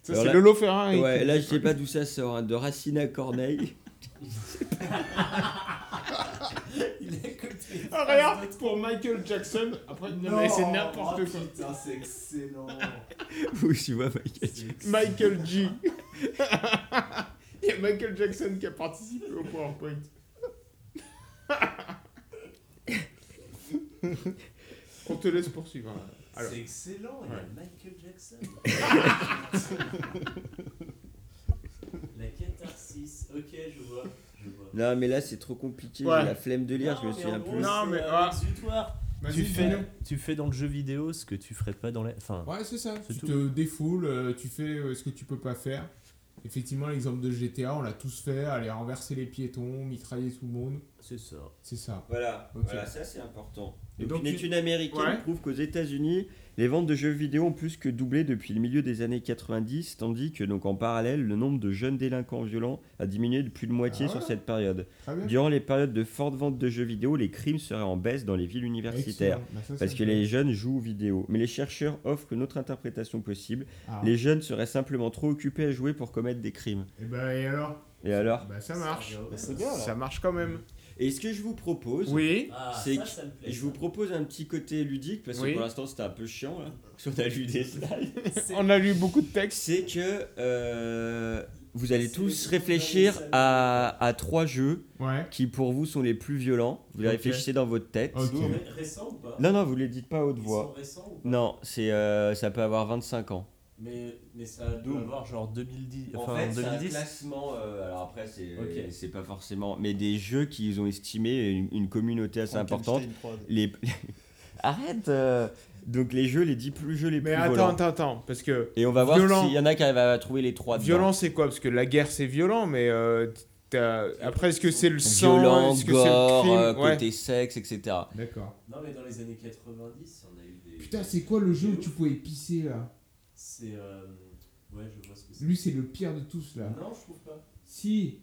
Speaker 1: Ça,
Speaker 2: Alors
Speaker 1: c'est
Speaker 2: là-
Speaker 1: Lolo Ferrari.
Speaker 2: ouais, là, je sais pas d'où ça sort. hein, de Racine à Corneille.
Speaker 4: Il a copié.
Speaker 1: Ah, regarde, pour Michael Jackson, après, non, mais c'est n'importe
Speaker 4: oh,
Speaker 1: quoi.
Speaker 4: Putain, c'est excellent.
Speaker 2: Où tu vois, Michael.
Speaker 4: C'est excellent.
Speaker 1: Michael G. Il y a Michael Jackson qui a participé au PowerPoint. On te laisse poursuivre. hein. Alors,
Speaker 4: C'est excellent, il y a
Speaker 1: Ouais.
Speaker 4: Michael Jackson. La catharsis. Ok, je vois. Je vois.
Speaker 2: Non, mais là, c'est trop compliqué.
Speaker 1: Ouais.
Speaker 2: J'ai la flemme de lire, je me
Speaker 4: mais en
Speaker 2: souviens
Speaker 4: gros,
Speaker 2: plus.
Speaker 1: Non,
Speaker 4: c'est
Speaker 1: mais,
Speaker 4: un
Speaker 1: ah.
Speaker 4: exutoire.
Speaker 1: vas-y,
Speaker 5: Tu fais,
Speaker 1: dis-nous.
Speaker 5: tu fais dans le jeu vidéo ce que tu ferais pas dans la. Enfin,
Speaker 1: Ouais, c'est ça.
Speaker 5: C'est
Speaker 1: tu
Speaker 5: tout.
Speaker 1: te défoules, euh, tu fais euh, ce que tu peux pas faire. Effectivement, l'exemple de GTA, on l'a tous fait aller renverser les piétons, mitrailler tout le monde.
Speaker 5: c'est ça.
Speaker 1: C'est ça.
Speaker 2: Voilà,
Speaker 1: Ok.
Speaker 2: voilà, ça c'est important.
Speaker 1: Et
Speaker 2: Donc,
Speaker 1: donc,
Speaker 2: une
Speaker 1: tu-
Speaker 2: étude américaine
Speaker 1: Ouais.
Speaker 2: prouve qu'aux États-Unis, les ventes de jeux vidéo ont plus que doublé depuis le milieu des années 90, tandis que donc en parallèle, le nombre de jeunes délinquants violents a diminué de plus de moitié
Speaker 1: Ah
Speaker 2: sur
Speaker 1: ouais.
Speaker 2: cette période.
Speaker 1: Très bien.
Speaker 2: Durant les périodes de forte vente de jeux vidéo, les crimes seraient en baisse dans les villes universitaires.
Speaker 1: Excellent. Bah, ça,
Speaker 2: Parce
Speaker 1: ça,
Speaker 2: que
Speaker 1: je-
Speaker 2: les jeunes jouent aux vidéos. Mais les chercheurs offrent une autre interprétation possible.
Speaker 1: Ah.
Speaker 2: Les jeunes seraient simplement trop occupés à jouer pour commettre des crimes.
Speaker 1: Et bah, et alors
Speaker 2: Et alors
Speaker 1: Bah, ça marche.
Speaker 4: Sergio.
Speaker 1: Ça marche quand même.
Speaker 2: Et ce que je vous propose,
Speaker 1: Oui.
Speaker 4: Ah,
Speaker 2: C'est
Speaker 4: ça,
Speaker 2: que-
Speaker 4: ça me plaît.
Speaker 2: Et je vous propose un petit côté ludique parce que
Speaker 1: Oui.
Speaker 2: pour l'instant c'était un peu chiant hein, là, parce qu'on a lu des slides.
Speaker 1: On a lu beaucoup de textes.
Speaker 2: C'est que euh, vous allez
Speaker 4: C'est
Speaker 2: tous
Speaker 4: le-
Speaker 2: réfléchir
Speaker 4: c'est le-
Speaker 2: à, à trois jeux
Speaker 1: Ouais.
Speaker 2: qui pour vous sont les plus violents. Vous les
Speaker 1: Ok.
Speaker 2: réfléchissez dans votre tête.
Speaker 1: Ok.
Speaker 4: Ils sont ré- récents ou pas
Speaker 2: Non, non, vous les dites pas à haute
Speaker 4: Ils
Speaker 2: voix.
Speaker 4: sont récents ou pas
Speaker 2: Non, c'est euh, ça peut avoir 25 ans.
Speaker 4: Mais, mais ça doit
Speaker 2: Doom.
Speaker 4: avoir genre 2010.
Speaker 2: En
Speaker 4: Enfin,
Speaker 2: fait, c'est un
Speaker 4: 2010.
Speaker 2: classement. euh, alors après, c'est
Speaker 4: Ok.
Speaker 2: c'est pas forcément. Mais des jeux qu'ils ont estimé une, une communauté assez importante.
Speaker 5: Frankenstein 3D.
Speaker 2: Les... Arrête euh, Donc les jeux, les 10 plus jeux les
Speaker 1: Mais
Speaker 2: plus
Speaker 1: attends,
Speaker 2: volants.
Speaker 1: attends, attends. Parce que
Speaker 2: Et on va voir
Speaker 1: Violent.
Speaker 2: s'il y en a qui arrivent à trouver les 3
Speaker 1: violent, c'est quoi Parce que la guerre, c'est violent, mais euh, t'as- après, est-ce que c'est le sang
Speaker 2: Violent,
Speaker 1: Est-ce que c'est le
Speaker 2: gore,
Speaker 1: crime
Speaker 2: euh,
Speaker 1: Ouais.
Speaker 2: côté sexe, etc.
Speaker 1: D'accord.
Speaker 4: Non, mais dans les années 90, on a eu des.
Speaker 6: Putain, c'est quoi le jeu où tu pouvais pisser là
Speaker 4: C'est. euh, Ouais, je vois ce que c'est.
Speaker 6: Lui, c'est le pire de tous là.
Speaker 4: Non, je trouve pas.
Speaker 6: Si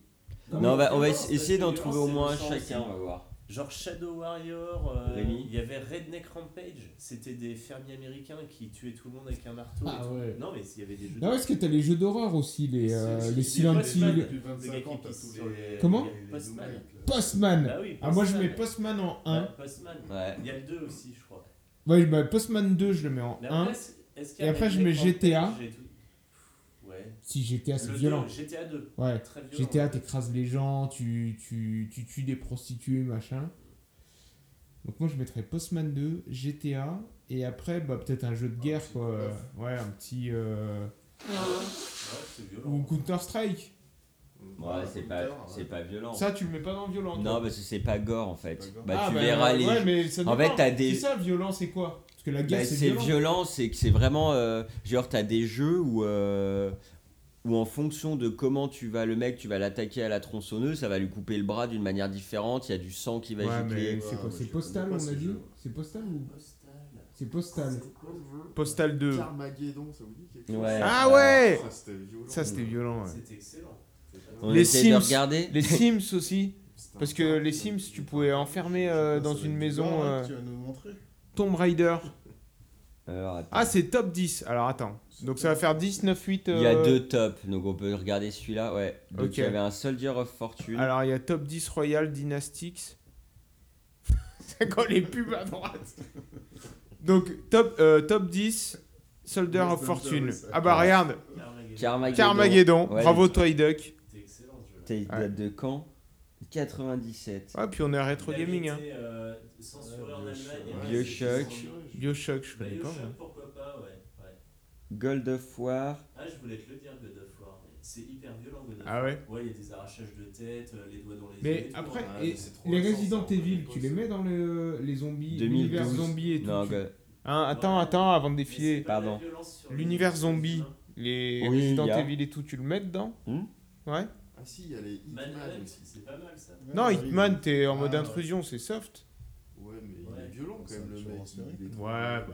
Speaker 2: Non, on va, on va
Speaker 4: violence,
Speaker 2: ess- essayer d'en
Speaker 4: parce que
Speaker 2: trouver au
Speaker 4: violence,
Speaker 2: moins
Speaker 4: c'est le sang
Speaker 2: chacun, on
Speaker 4: aussi.
Speaker 2: va voir.
Speaker 4: Genre Shadow Warrior, euh,
Speaker 2: Rémi.
Speaker 4: il y avait Redneck Rampage, c'était des fermiers américains qui tuaient tout le monde avec un marteau. et
Speaker 6: Ah
Speaker 4: tout.
Speaker 6: ouais.
Speaker 4: Non mais il y avait des jeux
Speaker 6: Non, parce que t'as les jeux d'horreur aussi, les, euh,
Speaker 4: C'est- c'est-
Speaker 6: les
Speaker 4: c'est
Speaker 6: Silent
Speaker 4: pas Batman.
Speaker 6: Hill.
Speaker 4: Depuis 25 ans, t'as tous les-
Speaker 6: Comment
Speaker 4: les Postman.
Speaker 6: Postman
Speaker 4: Bah oui,
Speaker 1: Ah, moi je
Speaker 4: Postman.
Speaker 1: mets Postman en
Speaker 6: hein
Speaker 1: 1.
Speaker 4: Ouais, Postman.
Speaker 2: Ouais.
Speaker 4: Il y a le 2 aussi, je crois.
Speaker 1: Ouais, je mets Postman 2, je le mets en
Speaker 4: Mais
Speaker 1: 1.
Speaker 6: Hein
Speaker 4: après, c'est- est-ce qu'il y a
Speaker 1: Et après, je mets
Speaker 4: Redneck Rampage
Speaker 1: GTA.
Speaker 4: et tout Ouais.
Speaker 6: Si GTA, Ah, c'est
Speaker 4: Le
Speaker 6: violent.
Speaker 4: 2, GTA 2,
Speaker 6: Ouais.
Speaker 4: très violent.
Speaker 6: GTA, t'écrases les gens, tu, tu, tu tues des prostituées, machin. Donc moi, je mettrais Postman 2, GTA, et après, bah, peut-être un jeu de guerre, quoi. Ouais, un petit... euh,
Speaker 4: Ouais, c'est violent.
Speaker 1: Ou Counter-Strike.
Speaker 2: Ouais, c'est pas, c'est pas violent.
Speaker 1: Ça, tu le mets pas dans violent. toi.
Speaker 2: Non, parce que c'est pas gore en fait.
Speaker 3: C'est pas gore.
Speaker 2: Bah,
Speaker 1: Ah,
Speaker 2: tu verras les.
Speaker 1: Ouais, mais ça
Speaker 2: En fait,
Speaker 1: dépend.
Speaker 2: t'as des-
Speaker 1: C'est ça, violent, c'est quoi Parce que la guerre,
Speaker 2: Bah,
Speaker 1: c'est
Speaker 2: c'est
Speaker 1: violent.
Speaker 2: violent, c'est que c'est vraiment. euh, genre, t'as des jeux où. euh, où en fonction de comment tu vas le mec, tu vas l'attaquer à la tronçonneuse, ça va lui couper le bras d'une manière différente, il y a du sang qui va
Speaker 1: Ouais,
Speaker 2: gicler.
Speaker 1: mais-
Speaker 6: C'est quoi
Speaker 3: Ouais,
Speaker 6: C'est
Speaker 3: je
Speaker 6: postal,
Speaker 7: comprends
Speaker 6: on
Speaker 7: pas
Speaker 6: a
Speaker 7: ces
Speaker 6: dit
Speaker 7: jeux.
Speaker 6: C'est postal ou
Speaker 4: Postal.
Speaker 6: C'est postal.
Speaker 1: Postal 2.
Speaker 7: Carmageddon, ça vous dit quelque chose
Speaker 2: Ouais.
Speaker 1: Euh. Ah ouais
Speaker 7: Ça c'était violent.
Speaker 1: Ça, c'était violent, ouais.
Speaker 4: C'était excellent. C'était pas mal.
Speaker 2: On
Speaker 1: Les
Speaker 2: essaie de
Speaker 1: Sims.
Speaker 2: regarder.
Speaker 1: Les Sims aussi.
Speaker 7: C'était un
Speaker 1: Parce que les Sims, tu pouvais enfermer euh, dans une maison. euh,
Speaker 7: hein, Tu vas nous montrer
Speaker 1: Tomb Raider.
Speaker 2: Alors, attends.
Speaker 1: Ah, c'est top 10. Alors attends. Donc ça va faire 10, 9, 8.
Speaker 2: Il y a
Speaker 1: euh,
Speaker 2: deux tops, donc on peut regarder celui-là, ouais. Donc
Speaker 1: Ok.
Speaker 2: il y avait un Soldier of Fortune.
Speaker 1: Alors il y a top 10 Royal Dynastics. c'est quand les pubs à droite. Donc top, euh, top 10 Soldier
Speaker 7: Yes,
Speaker 1: of
Speaker 7: Soldier,
Speaker 1: Fortune.
Speaker 7: oui, ça.
Speaker 1: Ah bah regarde.
Speaker 4: Carmageddon,
Speaker 2: Carmageddon.
Speaker 1: Carmageddon.
Speaker 2: Ouais,
Speaker 1: Bravo
Speaker 2: les-
Speaker 1: toi, Duck.
Speaker 4: C'était excellent ce jeu-là.
Speaker 2: Putain, il date de quand 97.
Speaker 1: Ah, puis on est à rétro
Speaker 4: Il avait
Speaker 1: gaming. Hein.
Speaker 4: été, euh, censuré en Allemagne.
Speaker 2: Bioshock.
Speaker 4: après,
Speaker 2: Bioshock.
Speaker 4: c'est censuré.
Speaker 1: hein. Bioshock, je connais pas.
Speaker 4: Bioshock,
Speaker 1: moi.
Speaker 4: pourquoi pas, ouais. ouais.
Speaker 2: Gold of War.
Speaker 4: Ah, je voulais te le dire, God of War. mais C'est hyper violent, God of War.
Speaker 1: Ah ouais.
Speaker 4: Ouais, il y a des arrachages de tête, euh, les doigts dans les
Speaker 6: Mais
Speaker 4: yeux et tout,
Speaker 6: après,
Speaker 4: hein.
Speaker 7: Ouais,
Speaker 6: et
Speaker 7: mais c'est trop
Speaker 6: les
Speaker 7: récent,
Speaker 6: Resident
Speaker 7: ça, on
Speaker 6: Evil,
Speaker 7: connaît
Speaker 6: tu
Speaker 7: pas
Speaker 6: les
Speaker 7: ça.
Speaker 6: mets dans le, les zombies,
Speaker 2: 2012.
Speaker 6: l'univers zombie et tout
Speaker 2: Non,
Speaker 6: tu-
Speaker 2: Gold-
Speaker 1: Hein, attends,
Speaker 4: Ouais.
Speaker 1: attends, avant de
Speaker 4: Mais c'est
Speaker 1: défiler.
Speaker 4: pas de la
Speaker 2: Pardon.
Speaker 4: violence sur les-
Speaker 1: L'univers zombie, les
Speaker 2: Oui,
Speaker 1: Resident
Speaker 2: y a.
Speaker 1: Evil et tout, tu le mets dedans
Speaker 2: Hmm
Speaker 1: Ouais.
Speaker 7: Ah si, il y a les
Speaker 4: Mad
Speaker 7: Hitman
Speaker 4: Max,
Speaker 7: aussi.
Speaker 4: c'est pas mal ça.
Speaker 1: Non, Hitman, t'es en
Speaker 7: Ah,
Speaker 1: mode
Speaker 7: ouais.
Speaker 1: intrusion, c'est soft.
Speaker 7: Ouais, mais il
Speaker 4: Ouais.
Speaker 7: est violent quand
Speaker 3: Ça,
Speaker 7: même le
Speaker 3: tu
Speaker 7: mec.
Speaker 3: rentres direct.
Speaker 7: il est- bah,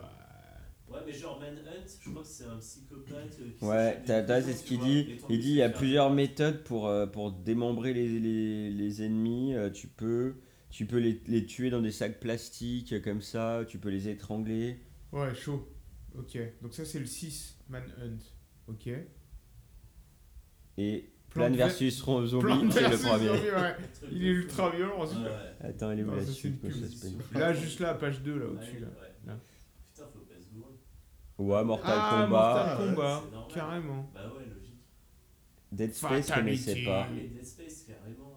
Speaker 4: Ouais, mais genre Manhunt, je crois que c'est un psychopathe. euh, qui
Speaker 2: Ouais,
Speaker 4: s'achète
Speaker 2: t'as-
Speaker 4: des
Speaker 2: t'as-
Speaker 4: prisons,
Speaker 2: c'est ce
Speaker 4: tu
Speaker 2: qu'il
Speaker 4: vois,
Speaker 2: dit.
Speaker 4: et ton
Speaker 2: Il
Speaker 4: but,
Speaker 2: dit il y a
Speaker 4: c'est de faire-
Speaker 2: plusieurs méthodes pour, euh, pour démembrer les, les, les ennemis. Euh, tu peux, tu peux les, les tuer dans des sacs plastiques euh, comme ça, tu peux les étrangler.
Speaker 1: Ouais, chaud. Ok, donc ça c'est le 6, Manhunt. Ok.
Speaker 2: Et
Speaker 1: Plante
Speaker 2: Plan versus Ro- Zombie, c'est le
Speaker 1: versus
Speaker 2: premier.
Speaker 1: zombie, ouais.
Speaker 4: des trucs
Speaker 1: Il
Speaker 4: de
Speaker 1: est
Speaker 4: fou.
Speaker 1: ultra violent.
Speaker 4: Ouais,
Speaker 1: celui-là.
Speaker 4: ouais.
Speaker 2: Attends, il est où
Speaker 1: Non,
Speaker 2: la
Speaker 1: ça, c'est
Speaker 2: suite
Speaker 1: une
Speaker 2: quoi, ça,
Speaker 1: pub.
Speaker 2: c'est pas une-
Speaker 1: Là, juste là, page 2, là,
Speaker 4: Ouais,
Speaker 1: au-dessus. Là.
Speaker 4: ouais.
Speaker 1: Là.
Speaker 4: Putain, faut pas se gourer.
Speaker 2: Ouais, Mortal
Speaker 1: Ah,
Speaker 2: Kombat.
Speaker 1: Mortal
Speaker 4: ouais,
Speaker 1: Kombat,
Speaker 4: c'est normal.
Speaker 1: carrément.
Speaker 4: Bah ouais, logique.
Speaker 2: Dead Space, je connaissais
Speaker 1: Fatality.
Speaker 2: pas.
Speaker 4: Ah, mais Dead Space, carrément.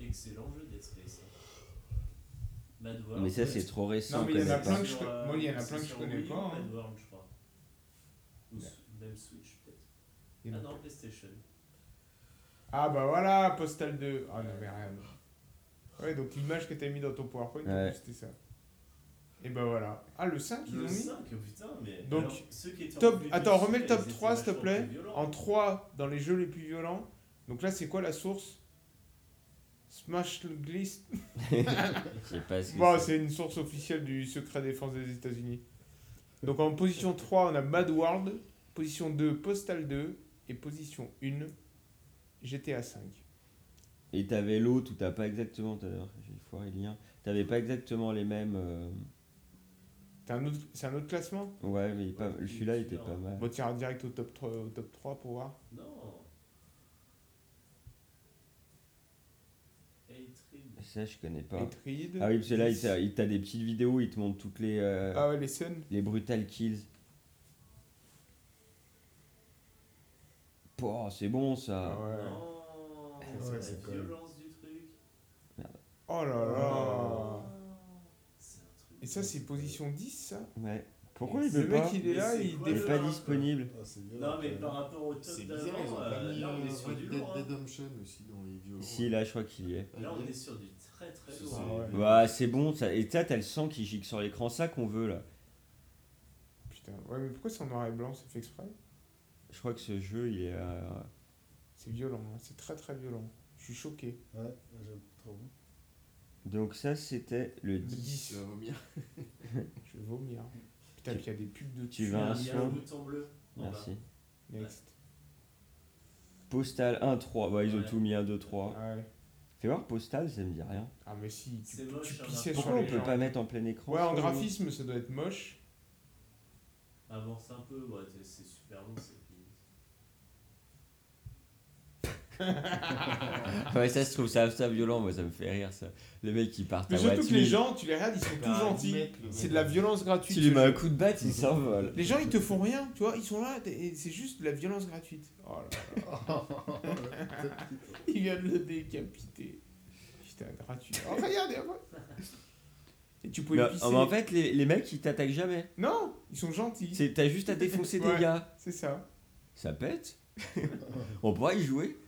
Speaker 4: Excellent jeu, Dead Space. hein. Mad World.
Speaker 2: Mais ça, c'est trop récent.
Speaker 1: Non, mais il y en a
Speaker 2: connais pas.
Speaker 1: plein que je co- moi, il y en a plein que je connais pas, hein.
Speaker 4: Mad World, je crois. Ou s- même Switch, peut-être.
Speaker 1: Il y en
Speaker 4: Ah
Speaker 1: a
Speaker 4: non, PlayStation.
Speaker 1: Ah bah voilà, Postal 2. Ah non, mais rien. Ouais, donc l'image que t'as mis dans ton PowerPoint,
Speaker 2: Ouais.
Speaker 1: c'était ça. Et bah voilà. Ah, le 5, ils l'ont
Speaker 4: Le
Speaker 1: mis
Speaker 4: 5, putain, mais.
Speaker 1: Donc,
Speaker 4: alors, ceux qui étaient en
Speaker 1: Top,
Speaker 4: plus de
Speaker 1: attends,
Speaker 4: Switch,
Speaker 1: remets le
Speaker 4: ils
Speaker 1: top
Speaker 4: étaient
Speaker 1: 3 s'il te
Speaker 4: vachement
Speaker 1: plaît.
Speaker 4: plus violents.
Speaker 1: En 3 dans les jeux les plus violents. Donc là, c'est quoi la source Smash Glist.
Speaker 2: Je sais pas ce que
Speaker 1: Bon, Bah,
Speaker 2: c'est.
Speaker 1: c'est une source officielle du secret défense des États-Unis. Donc en position 3, on a Mad World. Position 2, Postal 2. Et position 1, GTA 5.
Speaker 2: Et t'avais l'autre où t'as pas exactement. Tout à l'heure, j'ai foiré le lien. T'avais pas exactement les mêmes. euh,
Speaker 1: C'est un autre, c'est un autre classement
Speaker 2: Ouais, mais pas...
Speaker 4: Ouais,
Speaker 2: celui-là était
Speaker 4: celui-là,
Speaker 2: pas mal.
Speaker 1: Bon, t'iras direct au top, 3, au top 3 pour voir.
Speaker 4: Non. Hatred.
Speaker 2: Ça, je connais pas.
Speaker 1: Hatred.
Speaker 2: Ah oui, parce que là, il t'a- il t'a des petites vidéos, il te montre toutes les. euh,
Speaker 1: Ah ouais, les Suns.
Speaker 2: Les Brutal Kills. Pouah, c'est bon ça.
Speaker 1: Ah
Speaker 4: Non.
Speaker 1: Eh, Ouais,
Speaker 4: Oh, la
Speaker 1: c'est
Speaker 7: quand même-
Speaker 4: violence du truc.
Speaker 1: Oh là là.
Speaker 2: Ah.
Speaker 4: C'est un truc.
Speaker 1: Ah. Et ça, c'est position 10, ça
Speaker 2: Ouais. Pourquoi il
Speaker 1: Le
Speaker 2: veut
Speaker 1: mec,
Speaker 2: pas
Speaker 1: il est
Speaker 4: Mais
Speaker 1: là,
Speaker 4: c'est
Speaker 1: il
Speaker 4: quoi
Speaker 2: Il
Speaker 1: défend.
Speaker 2: est pas
Speaker 4: Ouais.
Speaker 2: disponible.
Speaker 7: Ah, c'est violent,
Speaker 4: Non, mais
Speaker 7: quand
Speaker 4: par
Speaker 7: même.
Speaker 4: rapport au top
Speaker 7: C'est bizarre, ils ont
Speaker 4: d'avant,
Speaker 7: pas
Speaker 4: euh,
Speaker 7: mis
Speaker 4: là on est
Speaker 7: euh,
Speaker 4: sur du
Speaker 7: Red
Speaker 4: lourd. hein.
Speaker 7: Dead Redemption aussi dans les violents.
Speaker 2: Si, là, je crois qu'il y est.
Speaker 7: Ah,
Speaker 4: Là on
Speaker 7: il
Speaker 4: est
Speaker 7: est-
Speaker 4: sur du très très
Speaker 7: Ça,
Speaker 4: lourd.
Speaker 7: c'est-
Speaker 4: hein.
Speaker 7: Ah ouais.
Speaker 2: Bah, c'est bon ça. Et ça, t'as le sang qui gicle sur l'écran, ça qu'on veut là.
Speaker 1: Putain, ouais, mais pourquoi c'est en noir et blanc C'est fait exprès
Speaker 2: Je crois que ce jeu, il est. euh,
Speaker 1: C'est violent, hein, c'est très très violent. Je suis choqué.
Speaker 7: Ouais, j'aime trop bon.
Speaker 2: Donc, ça, c'était le 10.
Speaker 7: Tu vas vomir.
Speaker 1: Je vais vomir. Putain, puis il y a des pubs de
Speaker 2: Tu
Speaker 1: cul.
Speaker 2: vas-
Speaker 4: Il y a un
Speaker 2: Version.
Speaker 4: bouton bleu. en bas.
Speaker 2: Merci.
Speaker 1: Next.
Speaker 2: Postal 1-3. Bah, ils ont
Speaker 4: Ouais.
Speaker 2: tout mis 1-2-3.
Speaker 1: Ah Ouais.
Speaker 2: Fais voir Postal, ça me dit rien.
Speaker 1: Ah, mais si, tu,
Speaker 4: C'est moche,
Speaker 1: tu pissais
Speaker 4: hein, Marc.
Speaker 1: sur
Speaker 2: Pourquoi on
Speaker 1: les
Speaker 2: peut
Speaker 1: gens.
Speaker 2: pas mettre en plein écran
Speaker 1: Ouais, en
Speaker 2: ça,
Speaker 1: graphisme, ça doit être moche.
Speaker 4: bah, Avance un peu, ouais, c'est- c'est super long. c'est-
Speaker 2: Ah Ouais, ça se trouve, ça, ça violent, moi ça me fait rire ça. Le mec il part
Speaker 1: Mais
Speaker 2: à
Speaker 1: surtout que les
Speaker 2: Watchmen.
Speaker 1: gens, tu les regardes, ils sont
Speaker 7: Bah,
Speaker 1: tout gentils.
Speaker 7: mec, le
Speaker 1: C'est
Speaker 7: mec.
Speaker 1: de la violence gratuite.
Speaker 2: Tu lui
Speaker 1: ce
Speaker 2: mets un
Speaker 1: jeu.
Speaker 2: coup de batte, il s'envole.
Speaker 1: Les gens, ils te font rien, tu vois, ils sont là, t'es- et c'est juste de la violence gratuite. Oh là là, il vient de le décapiter. Putain, gratuit. Oh, regarde, et après- Et tu pouvais
Speaker 2: Mais,
Speaker 1: pisser.
Speaker 2: ah, mais en fait, les, les mecs ils t'attaquent jamais.
Speaker 1: Non, ils sont gentils.
Speaker 2: C'est- T'as juste à défoncer
Speaker 1: Ouais.
Speaker 2: des gars.
Speaker 1: C'est ça.
Speaker 2: Ça pète. on pourra y jouer.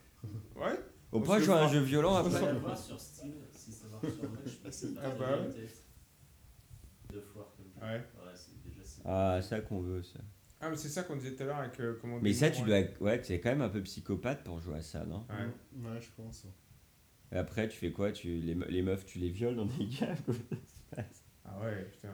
Speaker 1: Ouais.
Speaker 2: On
Speaker 1: On
Speaker 2: pourra
Speaker 1: se
Speaker 2: jouer à un
Speaker 1: fera.
Speaker 2: jeu violent
Speaker 1: On se
Speaker 4: On
Speaker 2: après.
Speaker 4: va
Speaker 1: fera.
Speaker 4: la voir sur Steam, si ça marche sur Mac, je pense que c'est
Speaker 1: bah, Ah
Speaker 4: pas
Speaker 1: bah
Speaker 4: mal,
Speaker 1: ouais.
Speaker 4: peut-être. Deux fois comme jeu.
Speaker 1: Ouais.
Speaker 4: Ouais, c'est déjà c'est.
Speaker 2: Ah, ça qu'on veut ça.
Speaker 1: Ah, mais c'est ça qu'on disait tout à l'heure avec. euh, comment
Speaker 2: Mais
Speaker 1: dire,
Speaker 2: ça, tu
Speaker 1: ouais.
Speaker 2: dois. Ouais, t'es quand même un peu psychopathe pour jouer à ça, non
Speaker 1: Ouais.
Speaker 7: Ouais, je pense.
Speaker 2: Et Après, tu fais quoi tu, les, me- les meufs, tu les violes dans des gaves
Speaker 1: Ah ouais, putain.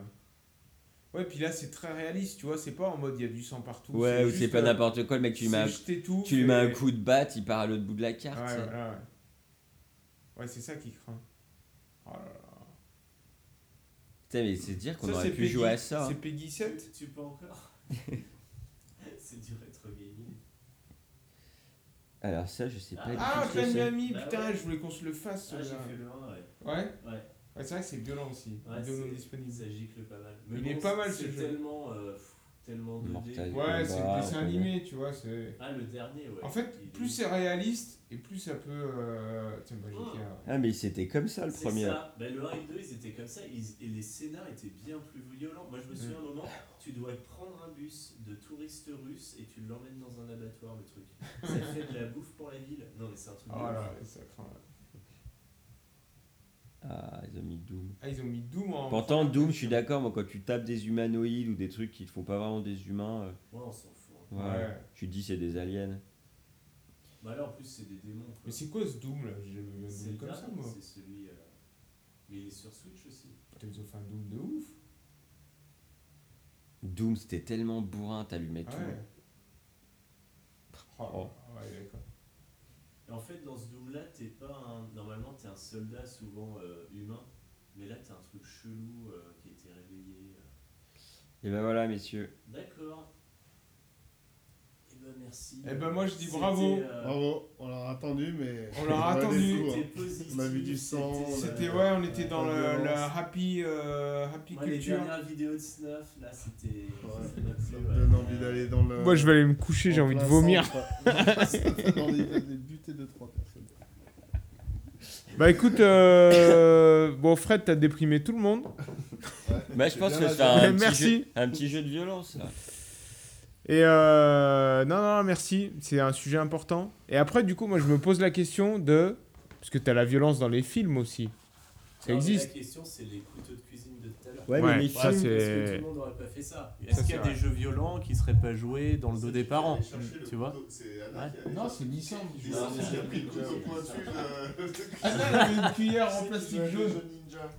Speaker 1: Ouais, puis là, c'est très réaliste, tu vois, c'est pas en mode il y a du sang partout.
Speaker 2: Ouais, ou c'est
Speaker 1: juste,
Speaker 2: pas
Speaker 1: euh,
Speaker 2: n'importe quoi, le mec, tu lui mets un,
Speaker 1: c'est jeter tout,
Speaker 2: tu lui mets
Speaker 1: et-
Speaker 2: un coup de batte, il part à l'autre bout de la
Speaker 1: Ouais,
Speaker 2: carte. ça.
Speaker 1: voilà, ouais. Ouais, c'est ça qui craint. Oh là là.
Speaker 2: Putain, mais c'est dire qu'on
Speaker 1: Ça,
Speaker 2: aurait
Speaker 1: c'est
Speaker 2: pu
Speaker 1: Peggy-
Speaker 2: jouer à ça.
Speaker 1: C'est
Speaker 2: hein.
Speaker 1: Peggy 7
Speaker 4: Tu peux encore C'est du rétro gaming.
Speaker 2: Alors, ça, je sais pas.
Speaker 4: Ah,
Speaker 2: du
Speaker 1: Ah,
Speaker 2: tout ce que
Speaker 1: Clan
Speaker 2: c'est.
Speaker 1: Miami,
Speaker 4: Bah
Speaker 1: putain,
Speaker 4: ouais.
Speaker 1: je voulais qu'on se le fasse.
Speaker 4: Ah, j'ai
Speaker 1: celui-là.
Speaker 4: fait le
Speaker 1: Ouais,
Speaker 4: 1, ouais. Ouais,
Speaker 1: ouais c'est vrai que c'est violent aussi.
Speaker 4: Ouais,
Speaker 1: Vidéo non
Speaker 4: c'est-
Speaker 1: disponible.
Speaker 4: il s'agicle pas mal.
Speaker 1: Il est pas mal, ce
Speaker 4: c'est
Speaker 1: jeu.
Speaker 4: tellement, euh, pff, tellement 2D.
Speaker 2: Mortal.
Speaker 1: Ouais,
Speaker 2: Combat,
Speaker 1: c'est le dessin
Speaker 2: on peut
Speaker 1: animé, tu vois, c'est.
Speaker 4: Ah, le dernier, ouais.
Speaker 1: En fait,
Speaker 4: Il-
Speaker 1: plus c'est réaliste et plus ça peut. euh, Tiens, bah, GTA.
Speaker 2: Ah, mais c'était comme ça le
Speaker 4: C'est
Speaker 2: premier.
Speaker 4: ça. Ben, le 1 et le 2, ils étaient comme ça. ils- et les scénars étaient bien plus violents. Moi, je
Speaker 1: Mm.
Speaker 4: me souviens à un moment, tu dois prendre un bus de touristes russes et tu l'emmènes dans un abattoir, le truc. Ça fait de la bouffe pour la ville. Non, mais c'est un truc.
Speaker 1: Oh
Speaker 4: de ouf.
Speaker 1: là, ça craint.
Speaker 2: Ah, ils ont mis Doom.
Speaker 1: Ah, ils ont mis Doom en.
Speaker 2: Pourtant, Doom, je suis d'accord, moi, quand tu tapes des humanoïdes ou des trucs qui ne font pas vraiment des humains, euh,
Speaker 4: Ouais, on s'en fout. hein.
Speaker 2: voilà.
Speaker 1: Ouais.
Speaker 2: tu dis c'est des aliens.
Speaker 4: Bah, là, en plus, c'est des démons. quoi.
Speaker 1: Mais c'est quoi ce Doom là J'ai jamais vu un
Speaker 4: C'est
Speaker 1: Doom
Speaker 4: le
Speaker 1: comme ça
Speaker 4: dernier,
Speaker 1: moi.
Speaker 4: c'est celui. euh, Mais il est sur Switch aussi.
Speaker 1: Putain, ils ont fait un Doom de ouf.
Speaker 2: Doom, c'était tellement bourrin, t'allumais tout.
Speaker 1: Ah Ouais.
Speaker 2: Oh.
Speaker 1: Oh, ouais, d'accord.
Speaker 4: Et en fait, dans ce Doom-là, t'es pas un... Normalement, t'es un soldat souvent euh, humain, mais là, t'es un truc chelou euh, qui a été réveillé. euh.
Speaker 2: Et ben voilà, messieurs.
Speaker 4: D'accord. Eh ben, merci.
Speaker 1: Eh ben, moi, je dis
Speaker 4: C'était,
Speaker 1: bravo.
Speaker 4: euh,
Speaker 7: Bravo, Ah on l'aura attendu, mais.
Speaker 1: On l'aura
Speaker 7: valait le
Speaker 1: attendu.
Speaker 7: coup, hein.
Speaker 4: C'était positif.
Speaker 7: On a vu du sang,
Speaker 4: c'était-
Speaker 7: on a-
Speaker 1: C'était ouais, on était
Speaker 7: euh,
Speaker 1: dans
Speaker 7: la
Speaker 1: le, le
Speaker 7: violence.
Speaker 1: happy, euh, happy
Speaker 4: Moi, les
Speaker 1: culture.
Speaker 4: dernières vidéos de Snuff, là, c'était. ça m'a
Speaker 7: Ouais,
Speaker 4: plu,
Speaker 7: ça
Speaker 4: ouais.
Speaker 7: me donne envie d'aller dans le.
Speaker 1: Moi je vais aller me coucher, j'ai
Speaker 7: euh, en
Speaker 1: envie de
Speaker 7: plein
Speaker 1: vomir.
Speaker 7: centre. ça me donne envie d'aller buter deux, trois personnes.
Speaker 1: Bah écoute, euh, bon Fred, t'as déprimé tout le monde.
Speaker 2: Bah, je pense
Speaker 7: bien
Speaker 2: que c'est
Speaker 1: raison.
Speaker 2: un, petit
Speaker 1: Merci.
Speaker 2: jeu- un petit jeu de violence. là.
Speaker 1: Et euh, non, non, merci, c'est un sujet important. Et après, du coup, moi je me pose la question de. Parce que t'as la violence dans les films aussi. Ça
Speaker 4: Non, mais
Speaker 1: existe.
Speaker 4: La question, c'est les couteaux de cuisine de tout à l'heure.
Speaker 2: Ouais,
Speaker 1: Ouais,
Speaker 2: mais les
Speaker 4: Ouais,
Speaker 1: ça,
Speaker 4: parce
Speaker 2: films,
Speaker 4: que
Speaker 1: c'est-
Speaker 4: tout le monde n'aurait pas fait ça.
Speaker 1: Ça,
Speaker 4: Est-ce qu'il y a
Speaker 1: c'est
Speaker 4: des jeux violents qui seraient pas joués dans le dos
Speaker 7: C'est
Speaker 4: des
Speaker 7: lui qui
Speaker 4: parents
Speaker 7: allait chercher le
Speaker 4: Tu vois
Speaker 7: couteau, C'est Anna
Speaker 4: Ouais.
Speaker 7: qui allait
Speaker 6: Non,
Speaker 7: chercher.
Speaker 6: c'est Nissan qui
Speaker 7: Il
Speaker 6: joue.
Speaker 4: Non, c'est
Speaker 7: a pris le
Speaker 4: Ninja.
Speaker 7: couteau pointu de.
Speaker 6: Ah, ça, elle avait une cuillère en
Speaker 7: C'est
Speaker 6: plastique
Speaker 7: le
Speaker 6: jaune.
Speaker 7: Ninja.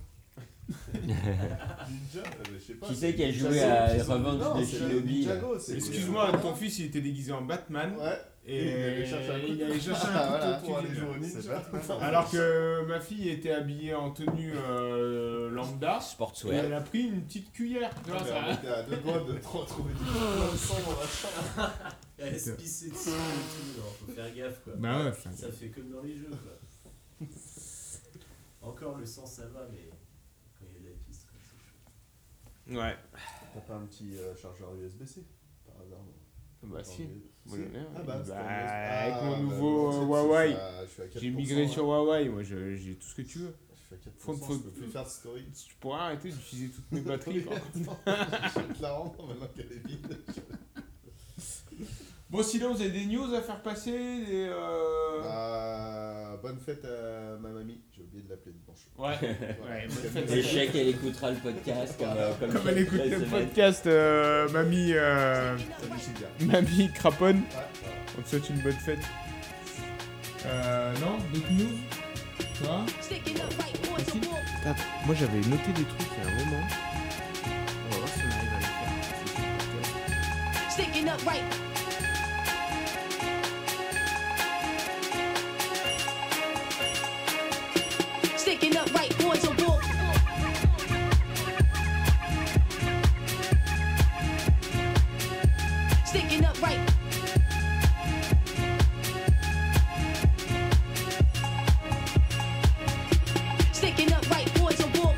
Speaker 7: Ninja, euh, je sais pas.
Speaker 2: Qui
Speaker 7: c'est
Speaker 2: c'est qui a
Speaker 7: Ninja
Speaker 2: joué
Speaker 7: Go,
Speaker 2: à
Speaker 7: qui sont-
Speaker 2: Revenge
Speaker 7: Non,
Speaker 2: de
Speaker 7: c'est
Speaker 2: Shinobi,
Speaker 7: Ninjago, c'est-
Speaker 1: Excuse-moi, ton fils il était déguisé en Batman.
Speaker 7: Ouais.
Speaker 1: Et
Speaker 7: il allait chercher un
Speaker 1: il allait chercher
Speaker 7: Ah, voilà,
Speaker 1: un couteau
Speaker 7: pour
Speaker 1: de
Speaker 7: aller
Speaker 1: cuisine.
Speaker 7: jouer au ninja.
Speaker 1: Alors que ma fille était habillée en tenue euh, lambda, et
Speaker 2: Sportswear.
Speaker 1: elle a pris une petite cuillère. tu vois,
Speaker 7: Ah, mais
Speaker 1: ça-
Speaker 7: on était à deux doigts de te retrouver du sang dans la chambre.
Speaker 4: Elle se pissait dessus et tout, alors faut faire gaffe quoi.
Speaker 1: Bah ouais,
Speaker 4: Ça fait comme dans les jeux quoi. Encore le sang ça va, mais quand il y a de la piste comme c'est chaud.
Speaker 1: Ouais.
Speaker 7: T'as pas un petit euh, chargeur USB-C par hasard non
Speaker 1: Bah si. Moi,
Speaker 7: Si.
Speaker 1: j'en ai un.
Speaker 7: Ah bah, c'était un USB.
Speaker 1: Bah, avec
Speaker 7: Ah,
Speaker 1: mon
Speaker 7: bah,
Speaker 1: nouveau,
Speaker 7: c'est-
Speaker 1: euh,
Speaker 7: c'est-
Speaker 1: Huawei.
Speaker 7: ça, je suis à 4%,
Speaker 1: J'ai migré
Speaker 7: hein.
Speaker 1: sur Huawei, moi je- j'ai tout ce que tu veux.
Speaker 7: Je suis à 4%,
Speaker 1: Faut-
Speaker 7: je
Speaker 1: faut-
Speaker 7: peux plus faire de story.
Speaker 1: Tu pourras arrêter d'utiliser toutes mes batteries. quoi.
Speaker 7: Je vais te la rendre maintenant qu'elle est vide.
Speaker 1: Bon sinon vous avez des news à faire passer, des... euh,
Speaker 7: Euh, bonne fête à ma mamie, j'ai oublié de l'appeler dimanche.
Speaker 1: Ouais. ouais, bonne fête.
Speaker 2: Et Chèque, elle écoutera le podcast. Comme, euh, comme
Speaker 1: Comme elle
Speaker 2: chaque
Speaker 1: écoute le
Speaker 2: semaine.
Speaker 1: podcast, euh, mamie, euh,
Speaker 7: Salut Sylvia.
Speaker 1: mamie Craponne,
Speaker 7: Ouais, voilà.
Speaker 1: on te souhaite une bonne fête.
Speaker 6: Euh, non, d'autres news Ça va
Speaker 8: Sticking up like boys
Speaker 1: Merci.
Speaker 8: of war.
Speaker 1: Moi j'avais noté des trucs il y a un moment. On va voir si on arrive Oh, à les faire.
Speaker 8: Sticking up right. sticking up right for your bull. Sticking up right. Sticking up right for your bull.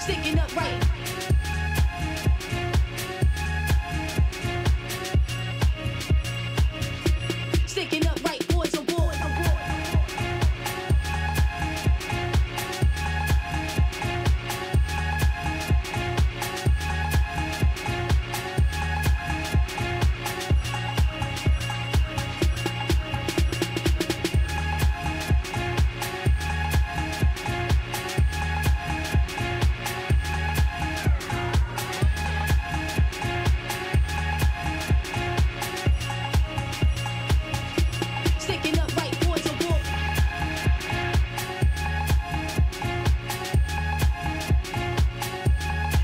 Speaker 8: Sticking up right. Sticking up right for your bull. Sticking up right for your bull.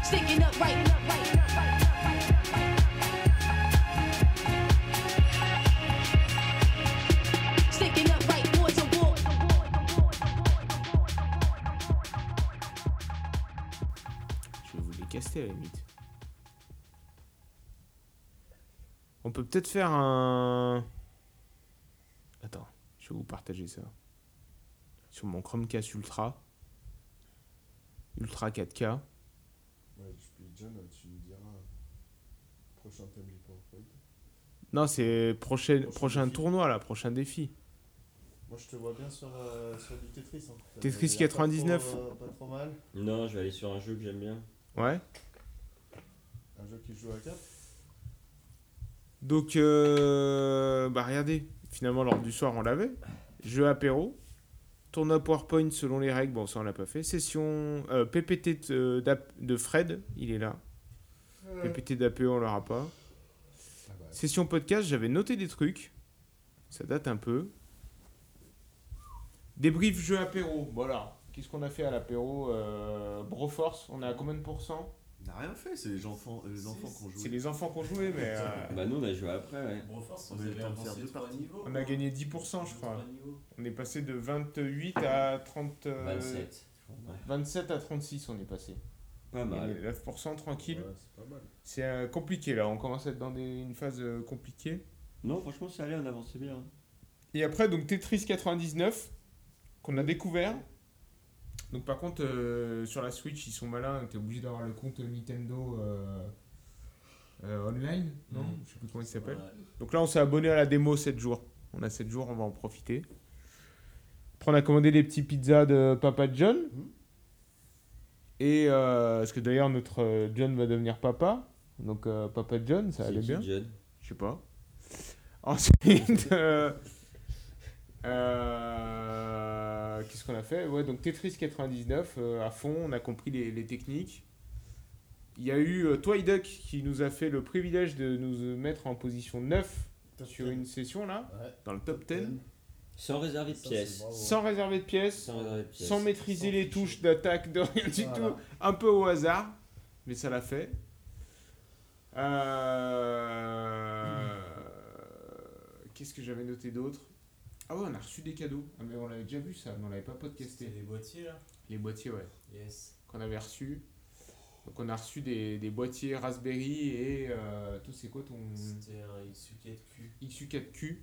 Speaker 8: Sticking up right. Sticking up right for your bull.
Speaker 1: Je vais vous les caster à la limite. On peut peut-être faire un. Attends, je vais vous partager ça. Sur mon Chromecast Ultra. Ultra 4K.
Speaker 7: Ouais, je puis John, tu me diras. Prochain thème du PowerPoint.
Speaker 1: Non, c'est prochain,
Speaker 7: Prochain
Speaker 1: prochain
Speaker 7: défi.
Speaker 1: tournoi là, prochain défi.
Speaker 7: Moi, je te vois bien sur, euh, sur du Tetris. hein. Ça
Speaker 1: Tetris
Speaker 7: me vient pas
Speaker 1: 99.
Speaker 7: trop, euh, Pas trop, mal.
Speaker 2: Non, je vais aller sur un jeu que j'aime bien.
Speaker 1: Ouais.
Speaker 7: Un jeu qui se joue à 4.
Speaker 1: Donc, euh, bah regardez, finalement, lors du soir, on l'avait. Jeu apéro, tournoi PowerPoint selon les règles, bon, ça on l'a pas fait. Session euh, PPT de, d'ap- de Fred, il est là. PPT d'apéro, on l'aura pas.
Speaker 7: Ah bah,
Speaker 1: Session podcast, j'avais noté des trucs. Ça date un peu. Débrief jeu apéro, voilà. Qu'est-ce qu'on a fait à l'apéro euh, Broforce, on est à combien de pourcents
Speaker 9: On n'a rien fait, c'est les enfants, les enfants qui ont
Speaker 1: C'est
Speaker 9: joué.
Speaker 1: les enfants qui ont joué, mais euh,
Speaker 2: Bah, nous, on a joué après, ouais.
Speaker 4: Broforce,
Speaker 9: On
Speaker 4: vous
Speaker 9: a eu
Speaker 4: avez
Speaker 9: le temps de faire
Speaker 4: avancé
Speaker 9: deux
Speaker 4: trois
Speaker 9: parties.
Speaker 4: niveaux.
Speaker 1: on a
Speaker 4: hein.
Speaker 1: gagné 10%, je crois.
Speaker 4: Trois niveaux.
Speaker 1: On est passé de 28 à 30. euh,
Speaker 2: 27. je crois.
Speaker 1: 27 à 36, on est passé. Il
Speaker 2: Pas
Speaker 1: y a
Speaker 2: mal.
Speaker 1: 9% tranquille.
Speaker 7: ouais, c'est pas mal.
Speaker 1: C'est euh, compliqué là, on commence à être dans des- une phase euh, compliquée.
Speaker 2: Non, franchement, ça allait, on avançait bien. hein.
Speaker 1: Et après, donc Tetris 99, qu'on a découvert. Donc par contre, euh, sur la Switch, ils sont malins, t'es obligé d'avoir le compte Nintendo euh, euh, online, non
Speaker 9: Mhm.
Speaker 1: Je sais plus comment il s'appelle.
Speaker 4: Ouais.
Speaker 1: Donc là, on s'est abonné à la démo 7 jours. On a 7 jours, on va en profiter. Après, on a commandé les petits pizzas de Papa John. Et euh, parce que d'ailleurs, notre euh, John va devenir papa. Donc, euh, Papa John, ça
Speaker 2: C'est
Speaker 1: allait
Speaker 2: qui,
Speaker 1: bien.
Speaker 2: John
Speaker 1: Je sais pas. Ensuite, euh, euh, qu'est-ce qu'on a fait Ouais, donc Tetris 99 euh, à fond, on a compris les, les techniques. Il y a eu euh, Twiduck qui nous a fait le privilège de nous mettre en position 9
Speaker 7: Top
Speaker 1: sur
Speaker 7: 10.
Speaker 1: une session là,
Speaker 7: Ouais.
Speaker 1: dans le top 10,
Speaker 2: Sans réserver de
Speaker 7: Ça, c'est
Speaker 2: pièces.
Speaker 7: bravo.
Speaker 1: sans réserver de pièces,
Speaker 2: Sans réserver de pièces.
Speaker 1: sans maîtriser
Speaker 7: Sans
Speaker 1: les
Speaker 7: tricher.
Speaker 1: touches d'attaque, de rien du
Speaker 7: Voilà.
Speaker 1: tout, un peu au hasard, mais ça l'a fait. Euh, Qu'est-ce que j'avais noté d'autre Ah ouais, on a reçu des cadeaux. Ah, mais on l'avait déjà vu ça, mais on l'avait pas
Speaker 4: C'était
Speaker 1: podcasté.
Speaker 4: les boîtiers là
Speaker 1: Les boîtiers, ouais,
Speaker 4: Yes.
Speaker 1: qu'on avait reçus. Donc on a reçu des, des boîtiers Raspberry et euh, toi c'est quoi ton
Speaker 4: C'était un Itsuki de cul.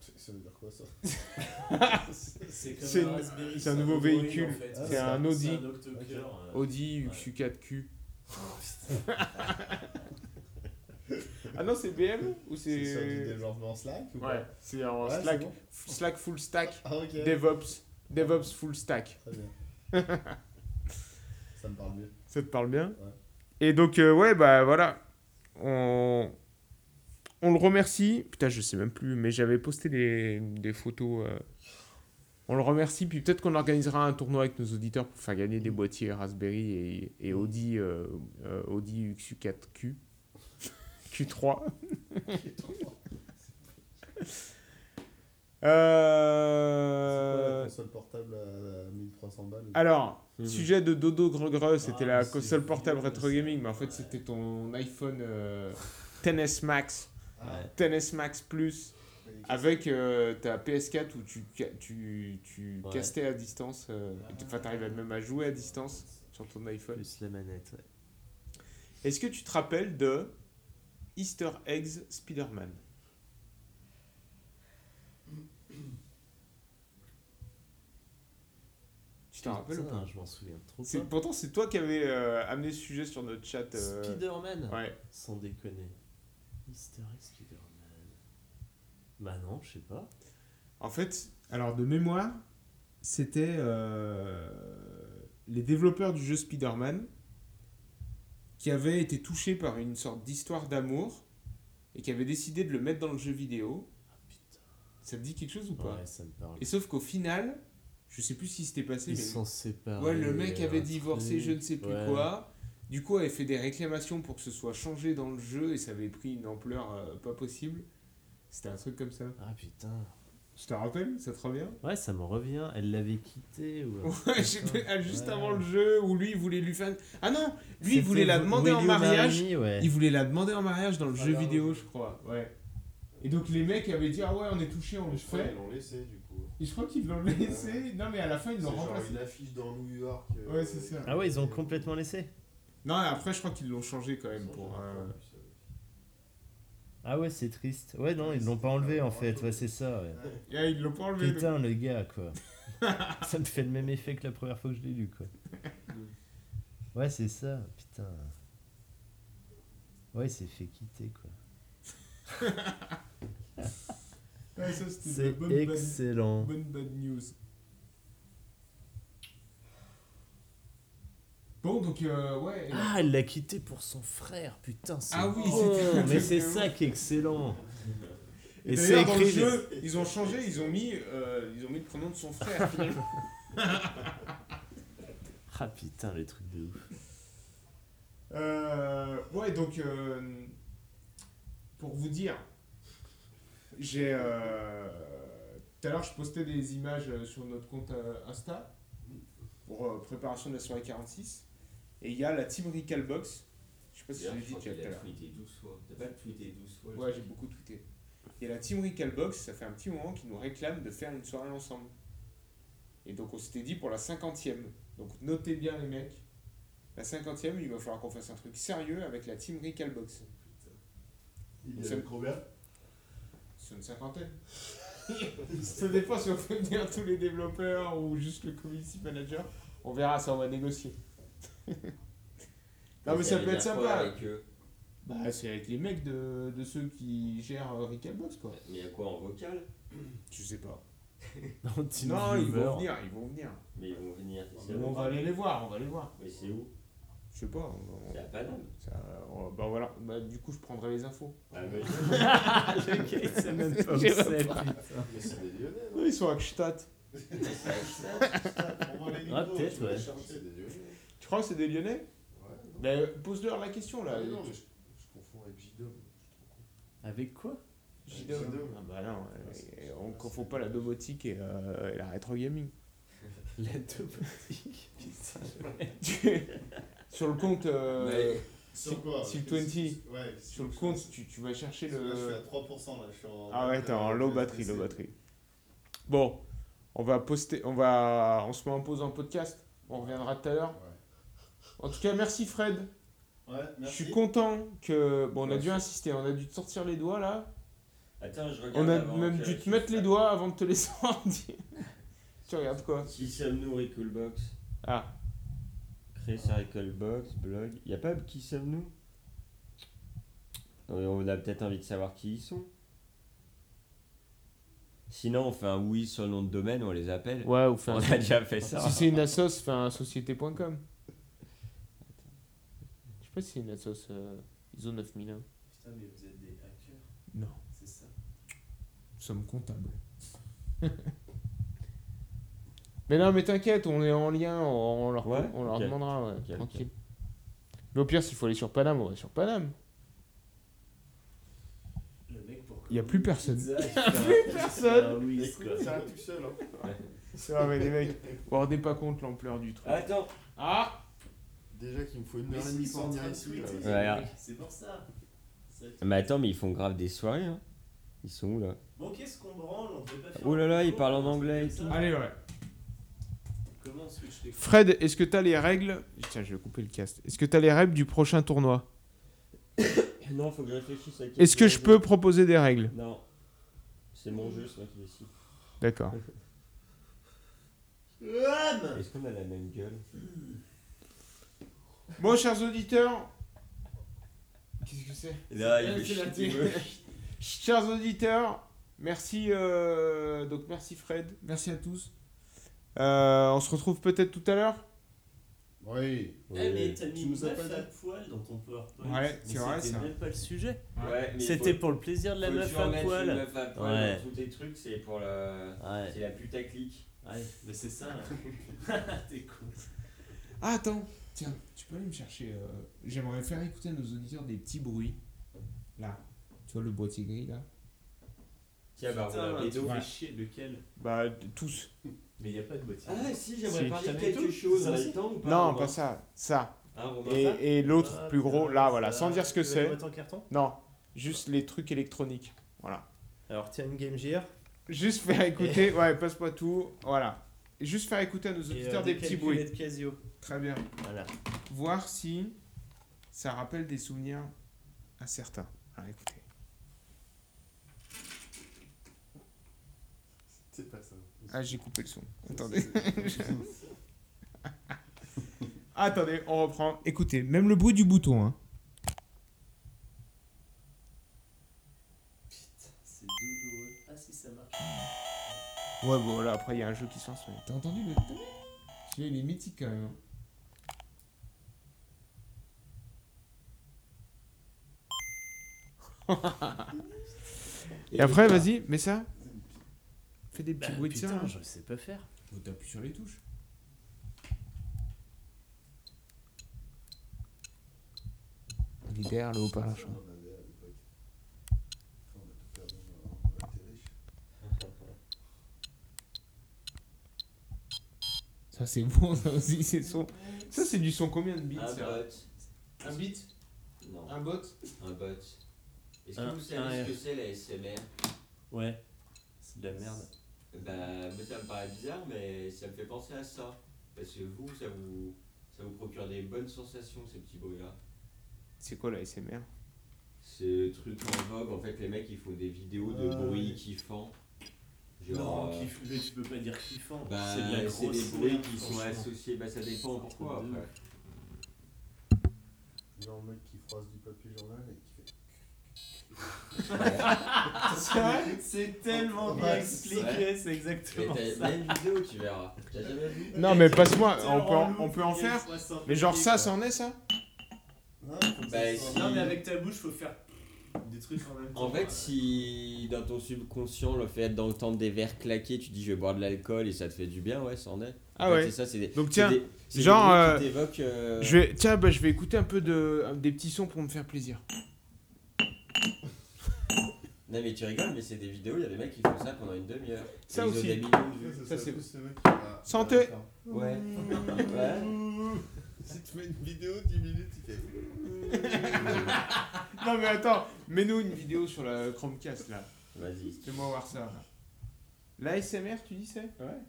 Speaker 1: XU4Q
Speaker 7: Ça- Ça veut dire quoi ça
Speaker 4: C'est
Speaker 1: C'est
Speaker 4: comme
Speaker 1: une-
Speaker 4: un Raspberry.
Speaker 1: c'est un nouveau
Speaker 4: Android,
Speaker 1: véhicule.
Speaker 4: en fait. Ah,
Speaker 7: C'est
Speaker 1: un Audi.
Speaker 4: C'est un octocœur. euh,
Speaker 1: Audi
Speaker 4: Ouais.
Speaker 1: XU4Q. ah non, c'est BM ou
Speaker 7: C'est sur du
Speaker 1: c'est. euh,
Speaker 7: développement Slack ou pas
Speaker 1: Ouais, c'est en
Speaker 7: Ouais, c'est
Speaker 1: Slack,
Speaker 7: bon
Speaker 1: Slack full stack,
Speaker 7: Ah, ok.
Speaker 1: DevOps, DevOps full stack.
Speaker 7: Très bien. ça me parle mieux.
Speaker 1: Ça te parle bien
Speaker 7: Ouais.
Speaker 1: Et donc, euh, ouais, bah voilà. On... On le remercie. Putain, je sais même plus, mais j'avais posté des, des photos. euh. On le remercie, puis peut-être qu'on organisera un tournoi avec nos auditeurs pour faire gagner des boîtiers Raspberry et, et Audi, euh, euh, Audi XU4Q. Q3.
Speaker 7: La
Speaker 1: euh...
Speaker 7: console portable à 1300 balles.
Speaker 1: Alors,
Speaker 2: Mhm.
Speaker 1: sujet de dodo greu c'était
Speaker 4: Ah,
Speaker 1: la
Speaker 4: c'est
Speaker 1: console
Speaker 4: vieux,
Speaker 1: portable rétro
Speaker 4: ça.
Speaker 1: gaming, mais en fait c'était ton iPhone euh, 10S Max
Speaker 7: Ah,
Speaker 2: Ouais.
Speaker 1: Tennis Max Plus
Speaker 7: Mais les
Speaker 1: avec euh, ta PS4 où tu, ca- tu, tu
Speaker 5: Ouais.
Speaker 1: castais à distance. euh, Enfin, t'arrives même à jouer à distance sur ton iPhone.
Speaker 5: Plus la manette, ouais.
Speaker 1: Est-ce que tu te rappelles de Easter Eggs Spider-Man Tu t'en rappelles ou
Speaker 5: Putain,
Speaker 1: pas
Speaker 5: Je m'en souviens trop
Speaker 1: C'est-
Speaker 5: pas.
Speaker 1: Pourtant, c'est toi qui avais euh, amené ce sujet sur notre chat. euh,
Speaker 5: Spider-Man
Speaker 1: Ouais.
Speaker 5: Sans déconner. Easter egg Spider-Man. Bah non, je sais pas.
Speaker 1: En fait,
Speaker 6: Alors, de mémoire,
Speaker 1: c'était euh, les développeurs du jeu Spider-Man qui avaient été touchés par une sorte d'histoire d'amour et qui avaient décidé de le mettre dans le jeu vidéo.
Speaker 5: Ah putain.
Speaker 1: Ça te dit quelque chose ou pas
Speaker 5: Ouais, ça me parle.
Speaker 1: Et sauf qu'au final, je sais plus si c'était passé,
Speaker 5: Ils
Speaker 1: mais
Speaker 5: sont séparés.
Speaker 1: ouais, le mec avait
Speaker 5: un
Speaker 1: divorcé,
Speaker 5: truc.
Speaker 1: je ne sais plus
Speaker 5: Ouais.
Speaker 1: quoi. Du coup, avait fait des réclamations pour que ce soit changé dans le jeu et ça avait pris une ampleur euh, pas possible. C'était un truc comme ça.
Speaker 5: Ah putain.
Speaker 1: Je te rappelle, ça te revient
Speaker 5: Ouais, ça me revient. Elle l'avait quitté ou. un truc
Speaker 1: Ouais,
Speaker 5: comme
Speaker 1: j'ai-
Speaker 5: ça.
Speaker 1: ah, juste
Speaker 5: Ouais.
Speaker 1: avant le jeu où lui il voulait lui faire. Ah non, lui il voulait
Speaker 5: C'était
Speaker 1: la
Speaker 5: Will-
Speaker 1: demander en
Speaker 5: Will You Marry
Speaker 1: mariage.
Speaker 5: Me, ouais.
Speaker 1: Il voulait la demander en mariage dans le
Speaker 7: Ah,
Speaker 1: jeu
Speaker 7: là,
Speaker 1: vidéo,
Speaker 7: ouais.
Speaker 1: je crois. Ouais. Et donc les mecs avaient dit ah ouais on est touché on le
Speaker 7: Je crois qu'ils
Speaker 1: fait.
Speaker 7: l'ont laissé du coup.
Speaker 1: Et je crois qu'ils l'ont laissé. Non mais à la fin ils
Speaker 7: C'est
Speaker 1: l'ont
Speaker 7: genre
Speaker 1: remplacé.
Speaker 7: une affiche dans New York. euh,
Speaker 1: Ouais, c'est ça.
Speaker 5: Ah ouais, ils ont complètement laissé.
Speaker 1: Non et après je crois qu'ils l'ont changé quand même pour. un-
Speaker 7: euh,
Speaker 5: euh, Ah ouais, c'est triste. Ouais, non, ils l'ont pas enlevé en fait. Ouais, c'est ça. ouais.
Speaker 1: Et là, Ah, ils l'ont pas enlevé. donc.
Speaker 5: Putain, le gars, quoi. ça me fait le même effet que la première fois que je l'ai lu, quoi. Ouais, c'est ça, putain. Ouais, il s'est fait quitter, quoi.
Speaker 1: Ouais, ça c'était de la
Speaker 5: C'est
Speaker 1: bonne bad-
Speaker 5: excellent.
Speaker 1: bonne bad news. Bon donc euh, ouais. et-
Speaker 5: Ah, elle l'a quitté pour son frère, putain. c'est
Speaker 1: Ah oui,
Speaker 5: con,
Speaker 1: c'était un
Speaker 5: mais
Speaker 1: truc
Speaker 5: c'est
Speaker 1: de
Speaker 5: ça
Speaker 1: ouf.
Speaker 5: qui est excellent.
Speaker 1: Et
Speaker 5: Et c'est
Speaker 1: d'ailleurs, dans le
Speaker 5: écrit.
Speaker 1: jeu, ils ont changé, ils ont mis, euh, ils ont mis le prénom de son frère. finalement.
Speaker 5: Ah putain, les trucs de ouf.
Speaker 1: Euh, ouais, donc euh, pour vous dire, j'ai euh, tout à l'heure je postais des images euh, sur notre compte euh, Insta pour euh, préparation de la soirée 46 et il y a la Team Recalbox. Je sais pas si je l'ai dit déjà tout à
Speaker 4: a
Speaker 1: l'heure.
Speaker 4: tweeté 12 fois. T'as pas tweeté 12 fois.
Speaker 1: hein. Ouais, j'ai beaucoup tweeté. Et la Team Recalbox, ça fait un petit moment qu'ils nous réclament de faire une soirée ensemble. Et donc on s'était dit pour la cinquantième. Donc notez bien les mecs. La cinquantième, il va falloir qu'on fasse un truc sérieux avec la Team Recalbox.
Speaker 7: Il
Speaker 1: C'est-
Speaker 7: est combien
Speaker 1: C'est une cinquantaine. ça dépend si on fait venir tous les développeurs ou juste le community manager. On verra, ça on va négocier. non mais ça peut être sympa.
Speaker 2: Avec eux.
Speaker 1: Bah c'est avec les mecs de, de ceux qui gèrent euh, Recalbox quoi.
Speaker 2: Mais à quoi en vocal
Speaker 1: Je sais pas.
Speaker 5: Non, Team
Speaker 1: non, ils
Speaker 5: Viewer.
Speaker 1: vont venir, ils vont venir.
Speaker 2: Mais ils vont venir. c'est ça,
Speaker 1: on va aller les voir, on va les voir.
Speaker 2: Mais c'est où
Speaker 1: Je sais pas. on- on-
Speaker 2: C'est à Paname.
Speaker 1: ça- on- bah voilà, bah, du coup je prendrai les infos.
Speaker 2: Ah, mais-
Speaker 5: Ah, le gars, il sait même pas où
Speaker 1: J'ai
Speaker 5: c'est, putain.
Speaker 7: Mais c'est des Lyonnais, non
Speaker 1: Non, ils sont à Gstaad.
Speaker 7: On voit les
Speaker 5: Ah,
Speaker 7: niveaux,
Speaker 5: peut-être,
Speaker 7: tu vois,
Speaker 5: ouais.
Speaker 7: C'est des Lyonnais.
Speaker 1: Tu crois que c'est des Lyonnais
Speaker 7: Ouais, non.
Speaker 1: Mais euh, pose-leur la question là.
Speaker 7: Ah, non, mais je, je confonds avec Jidom. je suis trop con.
Speaker 5: Avec quoi
Speaker 1: Jidom.
Speaker 7: Jidom.
Speaker 1: Ah bah non, euh,
Speaker 7: Ah, c'est-
Speaker 1: et on ne confond pas la domotique et, euh, et la rétro gaming.
Speaker 5: La domotique. Putain.
Speaker 1: sur le compte. euh,
Speaker 7: Mais-
Speaker 1: Sur
Speaker 9: quoi
Speaker 1: Seal 20.
Speaker 9: Ouais,
Speaker 1: Sur le compte, tu, tu vas chercher
Speaker 9: Parce que Là, je suis
Speaker 1: le.
Speaker 9: à 3%, là, je suis en...
Speaker 1: Ah ouais, t'es en low
Speaker 9: euh,
Speaker 1: batterie, low
Speaker 9: PC.
Speaker 1: batterie. Bon, on va poster, on va, on se met en pause en podcast. On reviendra tout à l'heure. En tout cas, merci Fred.
Speaker 9: Ouais, merci.
Speaker 1: Je suis content que. Bon, on a
Speaker 2: Ouais,
Speaker 1: dû insister, on a dû te sortir les doigts là.
Speaker 2: Attends, je regarde.
Speaker 1: On a
Speaker 2: avant
Speaker 1: même
Speaker 2: que
Speaker 1: dû
Speaker 2: je
Speaker 1: te mettre
Speaker 2: fasse-
Speaker 1: les doigts avant de te laisser en dire. tu regardes quoi
Speaker 2: Qui sommes-nous, Recalbox
Speaker 1: Ah,
Speaker 2: Créer sa Recalbox, blog. Y a pas qui sommes-nous Non, mais On a peut-être envie de savoir qui ils sont. Sinon, on fait un oui sur le nom de domaine, on les appelle.
Speaker 1: ouais, ou
Speaker 2: On a déjà fait ça.
Speaker 1: Si c'est une assos, fais un société.com. Je sais pas si c'est une assos euh, ISO 9001.
Speaker 4: Putain, mais vous êtes des hackers,
Speaker 6: non,
Speaker 4: c'est ça
Speaker 6: nous sommes comptables.
Speaker 1: Mais non, mais t'inquiète, on est en lien, on on leur,
Speaker 2: Ouais,
Speaker 1: on leur
Speaker 2: ok.
Speaker 1: demandera, ouais,
Speaker 2: ok.
Speaker 1: tranquille. Mais au pire, s'il faut aller sur Paname, on va sur Paname.
Speaker 4: Le mec pour.
Speaker 1: Y a plus personne.
Speaker 4: Pizza, il fait
Speaker 1: Y'a plus personne
Speaker 4: un
Speaker 9: Bah,
Speaker 4: whiz,
Speaker 7: Écoute,
Speaker 4: quoi.
Speaker 7: ça
Speaker 9: euh,
Speaker 7: tout seul. Hein.
Speaker 1: C'est vrai, mais les mecs, vous vous rendez pas compte l'ampleur du truc.
Speaker 2: Attends,
Speaker 1: Ah
Speaker 7: Déjà qu'il me faut une
Speaker 4: Mais
Speaker 7: heure et
Speaker 4: si, ils
Speaker 7: demie
Speaker 4: sont
Speaker 7: pour
Speaker 4: en
Speaker 7: venir
Speaker 4: train de
Speaker 7: ici. là.
Speaker 4: tweeter,
Speaker 2: Ouais,
Speaker 4: C'est pour ça. 7.
Speaker 2: Mais attends, mais ils font grave des soirées. Hein. Ils sont où là
Speaker 4: Bon, qu'est-ce qu'on branle On devait pas faire
Speaker 2: Oh là
Speaker 4: un
Speaker 2: là,
Speaker 4: concours,
Speaker 2: il parle en
Speaker 4: un truc
Speaker 2: anglais et
Speaker 4: comme ça
Speaker 1: Allez, ouais.
Speaker 4: Comment on switch les
Speaker 1: Fred, est-ce que t'as les règles Tiens, je vais couper le cast. Est-ce que t'as les règles du prochain tournoi
Speaker 2: Non, faut que je réfléchisse à
Speaker 1: Est-ce que je peux proposer des règles
Speaker 2: Non. C'est mon jeu, c'est moi qui décide.
Speaker 1: D'accord. Ah.
Speaker 2: Est-ce qu'on a la même gueule
Speaker 1: Bon, chers auditeurs. Qu'est-ce que c'est
Speaker 2: Là,
Speaker 1: Ah, il
Speaker 2: il
Speaker 1: me C'est la
Speaker 2: me
Speaker 1: chie des télé. Chers auditeurs, merci. euh, donc, merci Fred. Merci à tous. Euh, on se retrouve peut-être tout à l'heure.
Speaker 7: Oui.
Speaker 4: Eh, mais t'as mis
Speaker 7: Tu nous as
Speaker 4: 9
Speaker 7: pas
Speaker 4: à
Speaker 7: dit.
Speaker 4: poil dans ton PowerPoint.
Speaker 1: Ouais,
Speaker 4: Mais
Speaker 1: c'est vrai,
Speaker 4: C'était
Speaker 1: ça.
Speaker 4: même pas le sujet.
Speaker 2: Ouais, mais
Speaker 4: C'était
Speaker 2: faut-
Speaker 4: pour le plaisir de la
Speaker 2: faut que
Speaker 4: meuf
Speaker 2: tu
Speaker 4: à
Speaker 2: remettes une
Speaker 4: poil.
Speaker 2: meuf à poil
Speaker 5: Ouais.
Speaker 2: dans tous tes trucs, c'est pour la.
Speaker 5: Ouais.
Speaker 2: C'est la putaclic.
Speaker 4: Ouais, mais c'est ça. T'es con.
Speaker 6: Ah, attends. Tiens, tu peux aller me chercher. euh, J'aimerais faire écouter à nos auditeurs des petits bruits. Là. Tu vois le boîtier gris là
Speaker 2: Tiens, bah, on
Speaker 4: Putain,
Speaker 2: a
Speaker 4: tu
Speaker 2: Bédo.
Speaker 4: fais chier, lequel
Speaker 1: Bah, tous.
Speaker 4: Mais y a pas de boîtier.
Speaker 2: Ah, si, j'aimerais
Speaker 1: Si.
Speaker 2: parler
Speaker 4: Ça
Speaker 2: de
Speaker 4: met
Speaker 2: quelque
Speaker 4: tout
Speaker 2: chose.
Speaker 4: Ça
Speaker 2: On a
Speaker 4: aussi
Speaker 2: le temps
Speaker 6: Ah,
Speaker 2: ou pas
Speaker 1: Non,
Speaker 2: Romain
Speaker 1: pas ça. Ça.
Speaker 2: Hein, Romain,
Speaker 1: Et,
Speaker 2: ça
Speaker 1: et l'autre,
Speaker 4: Ah,
Speaker 1: plus gros,
Speaker 4: putain,
Speaker 1: là, voilà.
Speaker 4: ça-
Speaker 1: Sans dire ce que
Speaker 4: tu vas le
Speaker 1: c'est.
Speaker 4: mettre en carton
Speaker 1: Non. Juste les trucs électroniques. Voilà.
Speaker 5: Alors, tiens une Game Gear.
Speaker 1: Juste faire écouter. Ouais, passe-moi tout. Voilà. Juste faire écouter à nos
Speaker 5: et, euh,
Speaker 1: auditeurs des petits bruits.
Speaker 5: calculettes Casio.
Speaker 1: Très bien.
Speaker 5: Voilà.
Speaker 1: Voir si ça rappelle des souvenirs à certains. Alors écoutez.
Speaker 7: C'est pas ça.
Speaker 1: Ah, j'ai coupé le son. Attendez. Attendez, on reprend.
Speaker 6: Écoutez, même le bruit du bouton, hein.
Speaker 4: C'est douloureux. Ah, si, ça marche.
Speaker 1: Ouais, bon, voilà, après, il y a un jeu qui se lance. mais-
Speaker 6: T'as entendu le. Celui-là, il est mythique quand même. hein.
Speaker 1: Et après, vas-y, mets ça. Fais des petits
Speaker 4: Bah,
Speaker 1: bruits de ça.
Speaker 4: putain,
Speaker 1: hein.
Speaker 4: je sais pas faire.
Speaker 6: Faut t'appuyer sur les touches.
Speaker 1: Il est derrière le haut-parleur, Ah, je
Speaker 7: Ça,
Speaker 1: crois.
Speaker 7: on avait à l'époque. Enfin, on a tout perdu, on a- on a été riche.
Speaker 6: Ça, c'est bon, ça aussi, c'est
Speaker 1: C'est son- Ça, c'est du son combien de bits
Speaker 2: Un
Speaker 1: ça
Speaker 4: hein.
Speaker 2: bot.
Speaker 1: Un bit
Speaker 2: Non,
Speaker 1: Un bot
Speaker 2: un bot. Est-ce que
Speaker 4: Un-
Speaker 2: vous
Speaker 4: un
Speaker 2: savez ce que c'est la SMR
Speaker 4: Ouais. C'est de la merde.
Speaker 2: Bah, moi ça me paraît bizarre, mais ça me fait penser à ça. Parce que vous, ça vous, ça vous procure des bonnes sensations, ces petits bruits-là.
Speaker 1: C'est quoi la SMR
Speaker 2: C'est le truc en vogue, en fait, les mecs, ils font des vidéos de
Speaker 7: Ouais.
Speaker 2: bruits kiffants.
Speaker 4: Non,
Speaker 2: Genre, euh,
Speaker 4: kiff- mais tu peux pas dire kiffant.
Speaker 2: bah,
Speaker 4: c'est de la
Speaker 2: c'est
Speaker 4: grosse
Speaker 2: des bruits
Speaker 4: merde,
Speaker 2: qui sont
Speaker 4: franchement.
Speaker 2: associés, bah ça dépend pourquoi.
Speaker 4: de
Speaker 2: après.
Speaker 7: Genre le mec qui froisse du papier journal et qui fait.
Speaker 1: Ah,
Speaker 4: C'est tellement bien
Speaker 7: Ouais,
Speaker 4: expliqué, c'est
Speaker 2: Mais
Speaker 4: exactement
Speaker 2: t'as
Speaker 4: ça.
Speaker 2: même vidéo, tu verras. T'as jamais vu
Speaker 1: Non, mais passe-moi, on peut en, on peut en faire. Mais genre, ça, c'en est ça
Speaker 7: Hein, faut que ça
Speaker 2: Bah,
Speaker 7: sorte.
Speaker 4: Non, mais avec ta bouche, faut faire des trucs en même temps.
Speaker 2: En euh, fait, si dans ton subconscient, le fait d'entendre des verres claquer, tu dis je vais boire de l'alcool et ça te fait du bien, ouais, ça en est.
Speaker 1: Ah
Speaker 2: En fait,
Speaker 1: ouais.
Speaker 2: c'est ça, c'est des-
Speaker 1: Donc
Speaker 2: c'est
Speaker 1: tiens,
Speaker 2: des- c'est des
Speaker 1: genre,
Speaker 2: bruits
Speaker 1: euh,
Speaker 2: qui t'évoquent, euh,
Speaker 1: Je vais, tiens, bah, je vais écouter un peu de, euh, des petits sons pour me faire plaisir.
Speaker 2: Non, mais tu rigoles, mais c'est des vidéos, il y a des mecs qui font ça pendant une demi-heure.
Speaker 1: Ça
Speaker 2: Et ils ont
Speaker 1: aussi.
Speaker 2: des millions de vues.
Speaker 1: Ça, Ah. c'est-
Speaker 7: plus le mec qui va-
Speaker 1: Santé.
Speaker 2: Ouais. ouais.
Speaker 7: Si tu mets une vidéo 10 minutes, il fait.
Speaker 1: Non, mais attends, mets-nous une vidéo sur la Chromecast là.
Speaker 2: Vas-y.
Speaker 1: Fais-moi voir ça. La SMR, tu dis c'est Ouais.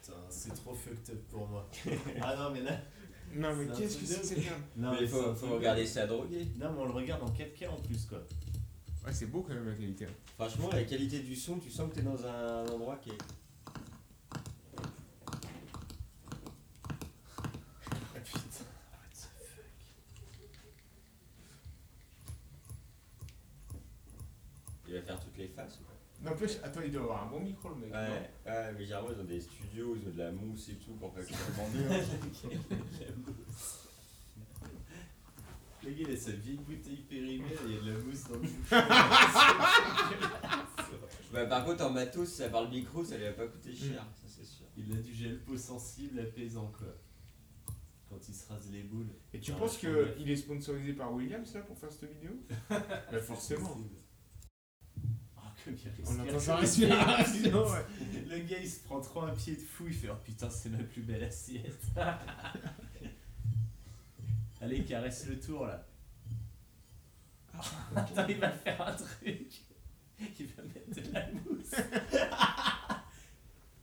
Speaker 4: Putain, c'est trop fucked up pour moi. ah non, mais là.
Speaker 1: Non, mais
Speaker 4: C'est un
Speaker 1: qu'est-ce que
Speaker 4: truc
Speaker 1: c'est que
Speaker 4: de
Speaker 1: cette merde
Speaker 4: Non,
Speaker 2: mais
Speaker 4: c'est
Speaker 2: faut,
Speaker 4: un
Speaker 2: faut
Speaker 4: truc-
Speaker 2: regarder ça drogué.
Speaker 4: Non, mais on le regarde en 4K en plus, quoi.
Speaker 1: Ouais, c'est beau quand même la qualité. hein.
Speaker 2: Franchement, la qualité du son, tu sens que t'es dans un endroit qui est. Il va faire toutes les faces. quoi.
Speaker 1: N'empêche, attends, il doit avoir un bon micro le mec.
Speaker 2: Ouais, ouais, mais généralement ils ont des studios, ils ont de la mousse et tout pour pas que ça hein. demande.
Speaker 4: Le gars, il a sa vieille bouteille périmée, et il y a de la mousse dans le bouche.
Speaker 2: Bah, par contre, en matos, si ça parle micro, ça lui a pas coûté cher, ça c'est sûr.
Speaker 4: Il a du gel peau sensible apaisant, quoi. Quand il se rase les boules.
Speaker 1: Et tu penses qu'il est sponsorisé par Williams là pour faire cette vidéo Bah forcément.
Speaker 4: Ah, comme il
Speaker 1: On
Speaker 4: respire.
Speaker 1: entend sa respiration. ouais.
Speaker 4: Le gars, il se prend trop un pied de fou, il fait Oh putain, c'est ma plus belle assiette. Allez, caresse le tour là.
Speaker 1: Ah.
Speaker 10: Attends, il va faire un truc. Il va mettre de la mousse.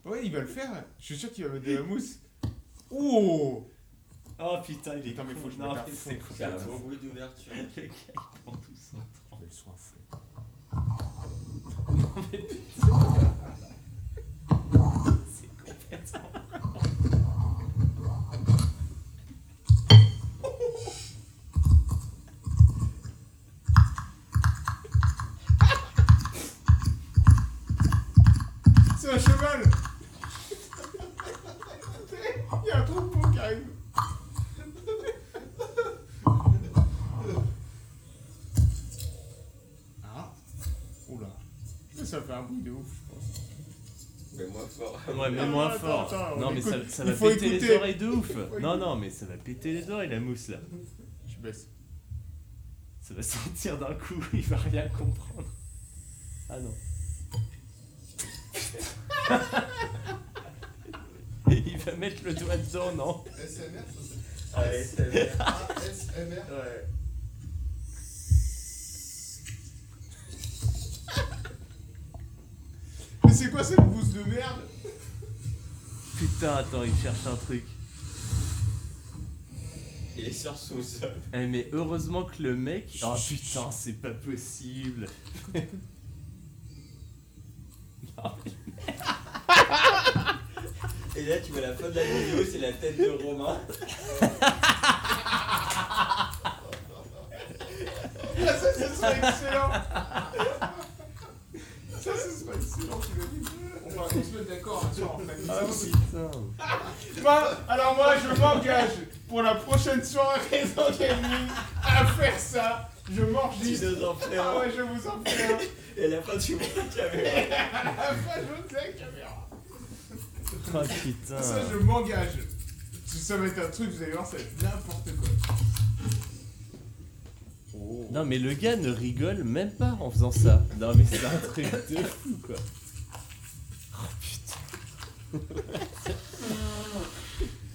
Speaker 1: Ouais, il va le faire. Je suis sûr qu'il va mettre de la mousse. Oh
Speaker 10: Oh putain, il est
Speaker 1: Putain, mais
Speaker 10: con.
Speaker 1: faut que je me
Speaker 10: non,
Speaker 1: tape
Speaker 10: mais
Speaker 1: fond.
Speaker 10: c'est
Speaker 2: C'est un
Speaker 10: complètement
Speaker 2: bon bruit d'ouverture.
Speaker 10: Le gars, il prend tout son temps.
Speaker 1: Quel soin fou.
Speaker 10: Non, mais putain. C'est complètement.
Speaker 1: C'est un cheval Il y a un troupeau qui arrive. Ah Oula. Ça, ça fait un bruit de ouf, je pense.
Speaker 2: Mais moi fort.
Speaker 4: Ouais, mais
Speaker 1: Non,
Speaker 4: moins
Speaker 1: attends,
Speaker 4: fort.
Speaker 1: attends,
Speaker 4: non,
Speaker 1: on
Speaker 4: mais ça,
Speaker 1: écoute.
Speaker 4: ça
Speaker 1: Il
Speaker 4: va
Speaker 1: faut
Speaker 4: péter les
Speaker 1: écouter.
Speaker 4: oreilles de ouf.
Speaker 1: faut
Speaker 4: Non, non, mais ça va péter les oreilles, la mousse là.
Speaker 1: Je baisse.
Speaker 4: Ça va sortir d'un coup, il va rien comprendre. Ah non. il va mettre le doigt dedans, non
Speaker 7: SMR, ça c'est.
Speaker 2: Allez, c'est bien.
Speaker 7: ASMR.
Speaker 2: Ouais.
Speaker 1: Mais c'est quoi cette mousse de merde
Speaker 4: Putain, attends, il cherche un truc.
Speaker 2: Il est sur son sol.
Speaker 4: Eh, mais heureusement que le mec. Oh putain, c'est pas possible.
Speaker 2: Et là, tu vois la fin de la vidéo, c'est la tête de Romain.
Speaker 1: Ah, ça, ce serait excellent Ça, ce serait excellent, tu l'as dit. On va qu'on se mette d'accord un soir en famille. Moi, alors moi, je m'engage pour la prochaine soirée dans gaming à faire ça. Je m'enregistre.
Speaker 2: Dis-nous en frérot.
Speaker 1: Ah ouais, je vous en prie. hein. Ah,
Speaker 2: Et à la fin, tu vois la caméra.
Speaker 1: Après, je ôte la caméra.
Speaker 4: Oh putain.
Speaker 1: Ça, je m'engage. Ça va être un truc, vous allez voir, ça va être n'importe quoi.
Speaker 4: Non, mais le gars ne rigole même pas en faisant ça. Non, mais c'est un truc de fou quoi. Oh putain.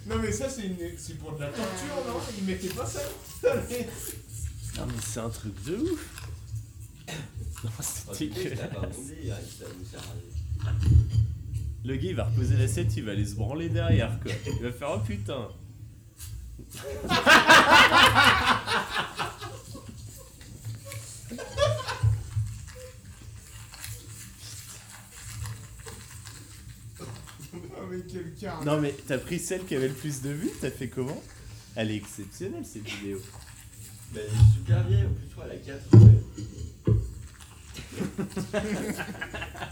Speaker 1: Non, mais ça, c'est une... c'est pour de la torture, non Ils mettaient pas ça Putain, mais-
Speaker 4: Non, mais c'est un truc de ouf. Non,
Speaker 2: Oh,
Speaker 4: c'est
Speaker 2: putain, il t'a pas
Speaker 4: dégueulasse.
Speaker 2: bondi, il arrive à nous faire raser.
Speaker 4: Le gars il va reposer l'assiette, il va aller se branler derrière quoi. Il va faire oh putain.
Speaker 1: Ah, mais quel carne.
Speaker 4: Non mais t'as pris celle qui avait le plus de vues, t'as fait comment Elle est exceptionnelle cette vidéo.
Speaker 2: Bah, il est super vieille, en plus, toi, elle a 4 ans.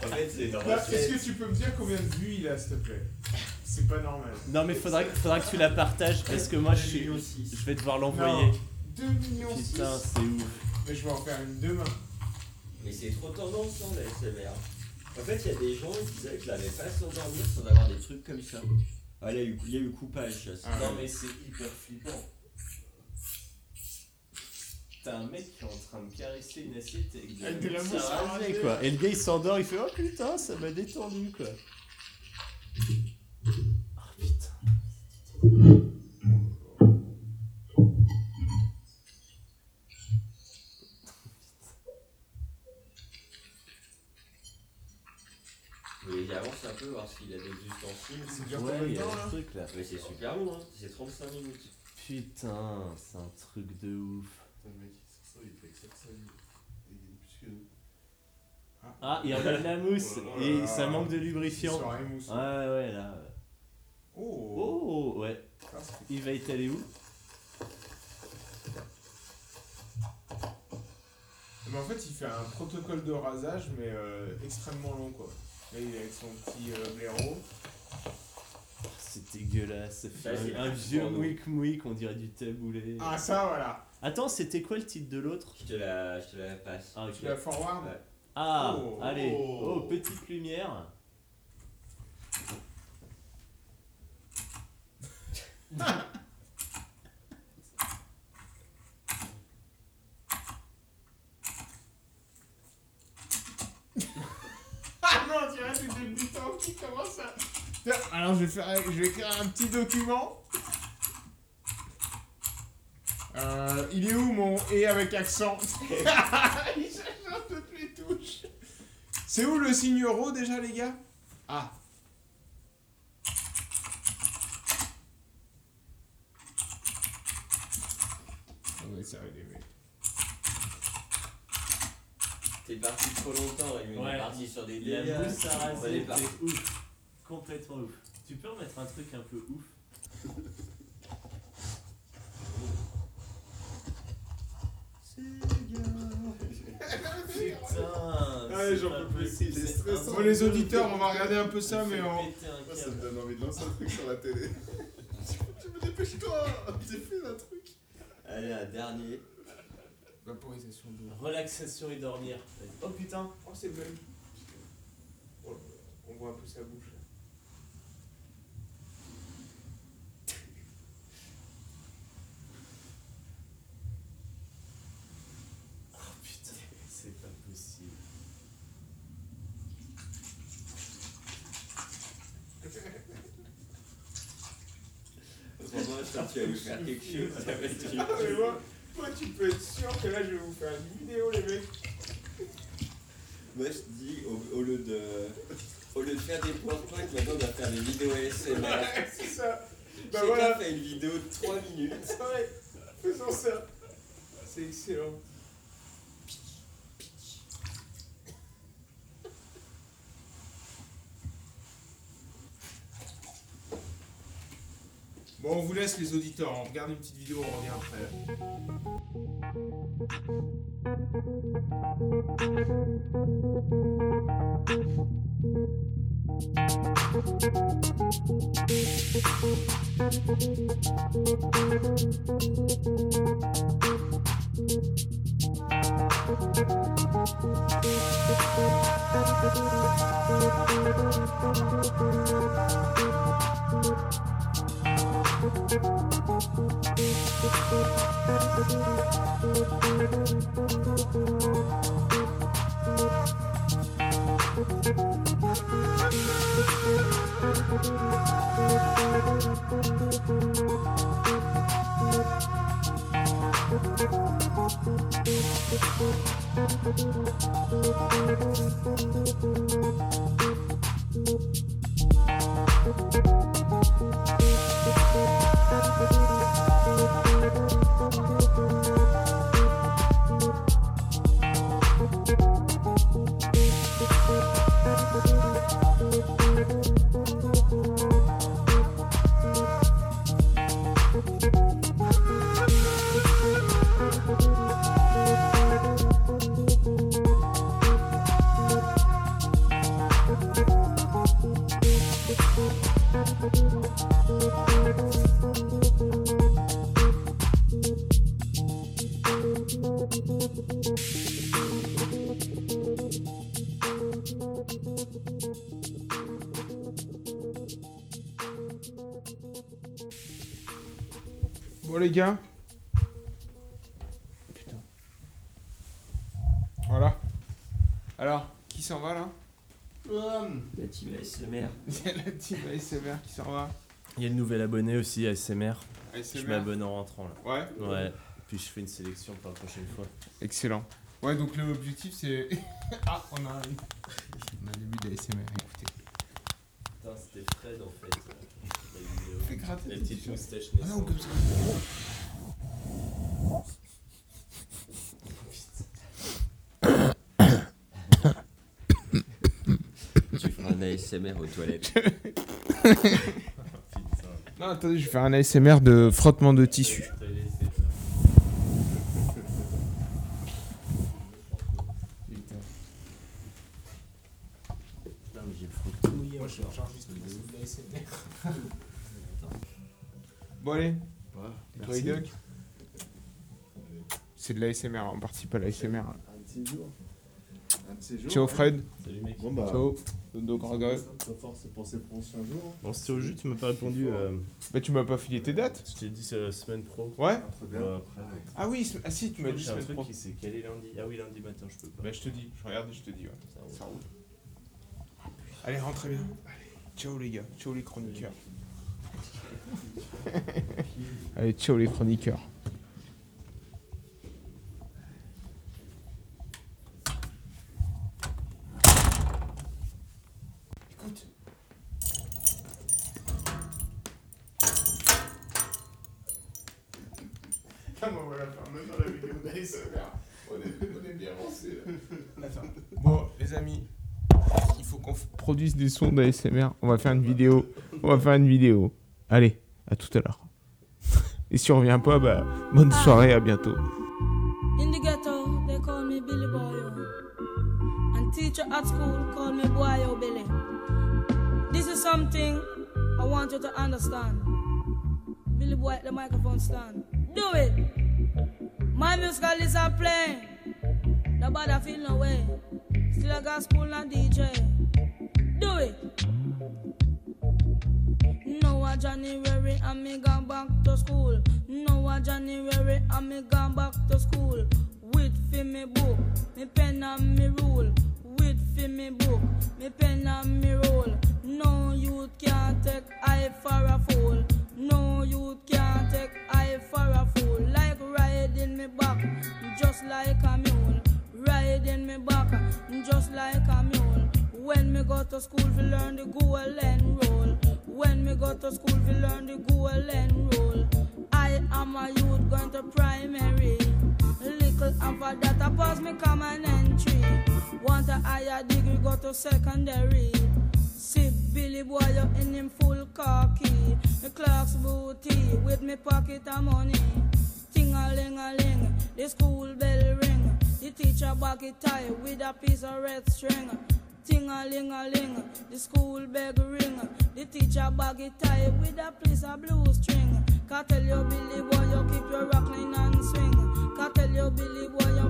Speaker 2: En fait, c'est dans
Speaker 1: Bah, Est-ce que tu peux me dire combien de vues il a, s'il te plaît C'est pas normal.
Speaker 4: Non mais faudra, faudra que tu la partages parce que moi je, suis- je vais devoir l'envoyer.
Speaker 1: Non, 2 millions six.
Speaker 4: Putain c'est ouf.
Speaker 1: Mais je vais en faire une demain.
Speaker 2: Mais c'est trop tendance, hein, la SMR. En fait, il y a des gens qui disaient que l'avaient pas s'endormir sans avoir des trucs comme ça. Ah, il y a eu, il y a eu coupage. ça, c'est-
Speaker 1: Ah.
Speaker 10: Non, mais c'est hyper flippant. T'as un mec qui est en train de caresser une assiette avec de la,
Speaker 1: Avec de la
Speaker 10: mousse
Speaker 1: mousse
Speaker 10: à
Speaker 1: à
Speaker 10: rage.
Speaker 4: Ouais, quoi. Et le gars il s'endort, il fait oh putain ça m'a détendu quoi. Oh putain.
Speaker 2: Mais il avance un peu, voir s'il a des ustensiles.
Speaker 1: C'est dur
Speaker 4: Ouais
Speaker 1: combien
Speaker 4: il
Speaker 1: de
Speaker 4: y a
Speaker 1: temps,
Speaker 4: un
Speaker 1: là
Speaker 4: truc là.
Speaker 2: Mais c'est super long, hein. c'est 35 minutes.
Speaker 4: Putain c'est un truc de ouf.
Speaker 7: Putain, le mec, c'est ça, il fait que ça, que ça, il- il gagne plus que nous.
Speaker 4: Ah, il remet de la mousse
Speaker 1: Oh là
Speaker 4: et
Speaker 1: là.
Speaker 4: ça manque de lubrifiant.
Speaker 1: Soirée mousse.
Speaker 4: Ouais, ouais, là.
Speaker 1: Oh,
Speaker 4: Oh, ouais. Il va étaler où
Speaker 1: Mais en fait, il fait un protocole de rasage, mais euh, extrêmement long, quoi. Là, il est avec son petit euh, blaireau.
Speaker 4: Oh, C'est dégueulasse. ça fait
Speaker 2: Ça, Bah, c'est
Speaker 4: un, un
Speaker 2: un
Speaker 4: vieux
Speaker 2: porno.
Speaker 4: mouic mouic, on dirait du taboulé.
Speaker 1: Ah, ça, voilà.
Speaker 4: Attends, c'était quoi le titre de l'autre
Speaker 2: Je te la, je te la passe.
Speaker 4: Ah, ok.
Speaker 1: Tu la forward
Speaker 2: Ouais.
Speaker 4: Ah,
Speaker 1: Oh.
Speaker 4: allez. Oh, petite lumière.
Speaker 1: Ah non, tu vois, c'est des débutants qui commencent à... Tiens, Alors, je vais, faire, je vais écrire un petit document. Euh, il est où mon et avec accent Il cherche un peu plus les touches. C'est où le signe euro déjà, les gars Ah. On Ah va essayer les mecs.
Speaker 2: T'es parti trop longtemps, il
Speaker 4: Ouais.
Speaker 2: est parti sur des
Speaker 4: La
Speaker 2: dégâts.
Speaker 4: mousse à
Speaker 2: On va les
Speaker 4: raser,
Speaker 2: par-
Speaker 4: c'est ouf. Complètement ouf. Tu peux remettre un truc un peu ouf Putain
Speaker 7: Ouais,
Speaker 4: c'est
Speaker 7: j'en
Speaker 4: pas
Speaker 7: peux plus,
Speaker 4: possible,
Speaker 7: c'est
Speaker 4: c'est
Speaker 7: stressant.
Speaker 4: impossible.
Speaker 1: Bon, les auditeurs, on va regarder un peu ça,
Speaker 4: Il
Speaker 1: mais
Speaker 4: fait
Speaker 1: on.
Speaker 4: péter un
Speaker 7: Ça me
Speaker 4: câble.
Speaker 7: donne envie de lancer un truc sur la télé. Tu me dépêches toi J'ai fait un truc
Speaker 2: Allez, un dernier.
Speaker 1: Vaporisation d'eau.
Speaker 4: Relaxation et dormir.
Speaker 1: Oh putain, oh c'est le même. Oh, On voit un peu sa bouche là.
Speaker 4: Oh putain, c'est pas possible.
Speaker 2: Autrement, je pense que tu vas lui faire quelque chose. ça va être
Speaker 1: Ah, mais
Speaker 2: dur.
Speaker 1: moi, moi, tu peux être sûr que là je vais vous faire une vidéo, les mecs.
Speaker 2: Moi, je dis, au, au lieu de. Au lieu de faire des PowerPoint, maintenant, on va faire des vidéos ASMR.
Speaker 1: C'est ça. Bah
Speaker 2: Chacun
Speaker 1: voilà,
Speaker 2: fait une vidéo de 3 minutes.
Speaker 1: c'est vrai. Faisons ça. C'est excellent. Bon, on vous laisse les auditeurs, on regarde une petite vidéo, on revient après. Bon les gars. Putain. Voilà. Alors, qui s'en va là
Speaker 2: La team ASMR.
Speaker 1: Il y a la team ASMR qui s'en va.
Speaker 5: Il y a le nouvel abonné aussi, ASMR. Je
Speaker 1: ASMR.
Speaker 5: m'abonne en rentrant là.
Speaker 1: Ouais,
Speaker 5: Ouais. Puis je fais une sélection pour la prochaine fois.
Speaker 1: excellent. Ouais, donc l'objectif c'est. ah, on a un. On a le début d'ASMR, écoutez.
Speaker 4: Putain, c'était Fred en fait. La vidéo.
Speaker 1: Fais gratter
Speaker 4: La
Speaker 1: des
Speaker 4: petite
Speaker 1: petits
Speaker 4: moustache
Speaker 1: Ah
Speaker 4: naissante.
Speaker 1: non, comme ça.
Speaker 2: Tu feras un ASMR aux toilettes.
Speaker 1: Non, attendez, je vais faire un ASMR de frottement de tissu.
Speaker 2: Putain, mais j'ai froid.
Speaker 1: Moi, je j'enregistre de l'ASMR. Bon, allez. Toi, Idoc C'est de l'ASMR, on participe à l'ASMR.
Speaker 7: Un de ces jours. Un de ces jours.
Speaker 1: Ciao, Fred.
Speaker 5: Salut mec.
Speaker 7: Bon bah.
Speaker 1: Ciao. Dodo Gregor.
Speaker 7: Sans force pour ces prochains jours.
Speaker 5: Bon, c'était au jus, tu m'as pas répondu. euh,
Speaker 1: Bah, tu m'as pas filé tes dates
Speaker 5: je t'ai dit c'est la semaine pro.
Speaker 1: Ouais
Speaker 7: Très bien.
Speaker 5: Bah, après,
Speaker 1: Ah oui, sm- ah si, tu m'as dit
Speaker 5: j'ai un
Speaker 1: semaine
Speaker 5: truc
Speaker 1: pro.
Speaker 5: qui s'est calé lundi. Ah oui, lundi matin, je peux pas.
Speaker 1: Bah, je te dis, je regarde et je te dis, ouais.
Speaker 5: Ça roule.
Speaker 1: Allez, rentrez bien. Ciao les gars, ciao les chroniqueurs. Allez, ciao les chroniqueurs.
Speaker 7: Ah,
Speaker 1: Putain, bon, on va la faire maintenant la vidéo d'ASMR.
Speaker 7: On est, on est bien lancé. là.
Speaker 1: Attends. Bon, les amis, il faut qu'on f- produise des sons d'ASMR. On va faire une vidéo. On va faire une vidéo. Allez, à tout à l'heure. Et si on revient pas, bah, bonne soirée, à bientôt.
Speaker 11: In the ghetto, they call me Billy Boy. oh. And teacher at school call me Boy oh, Billy. This is something I want you to understand. Billy Boy at the microphone stand. Do it. My musical is a play. The bad I feel no way. Still I got school and DJ. Do it. No a January and me gone back to school. No a January and me gone back to school. Wait for me book, me pen and me rule. Wait for me book, me pen and me roll. No youth can't take I for a fool. No youth can't take I for a fool. Like riding me back, just like a mule. Riding me back, just like a mule. When me go to school, we learn the golden rule. When me go to school, we learn the golden rule. I am a youth going to primary. Little and for that, I pass me common entry. Want a higher degree, go to secondary. See Billy boy up in him full khaki. The clerk's booty with me pocket of money. Ting a ling a ling, the school bell ring. The teacher back it tie with a piece of red string. Ting a ling a ling, the school bell ring. The teacher bag it tie with a piece of blue string. Can tell you Billy boy, you keep your rockin' and swing. Can tell you Billy boy, you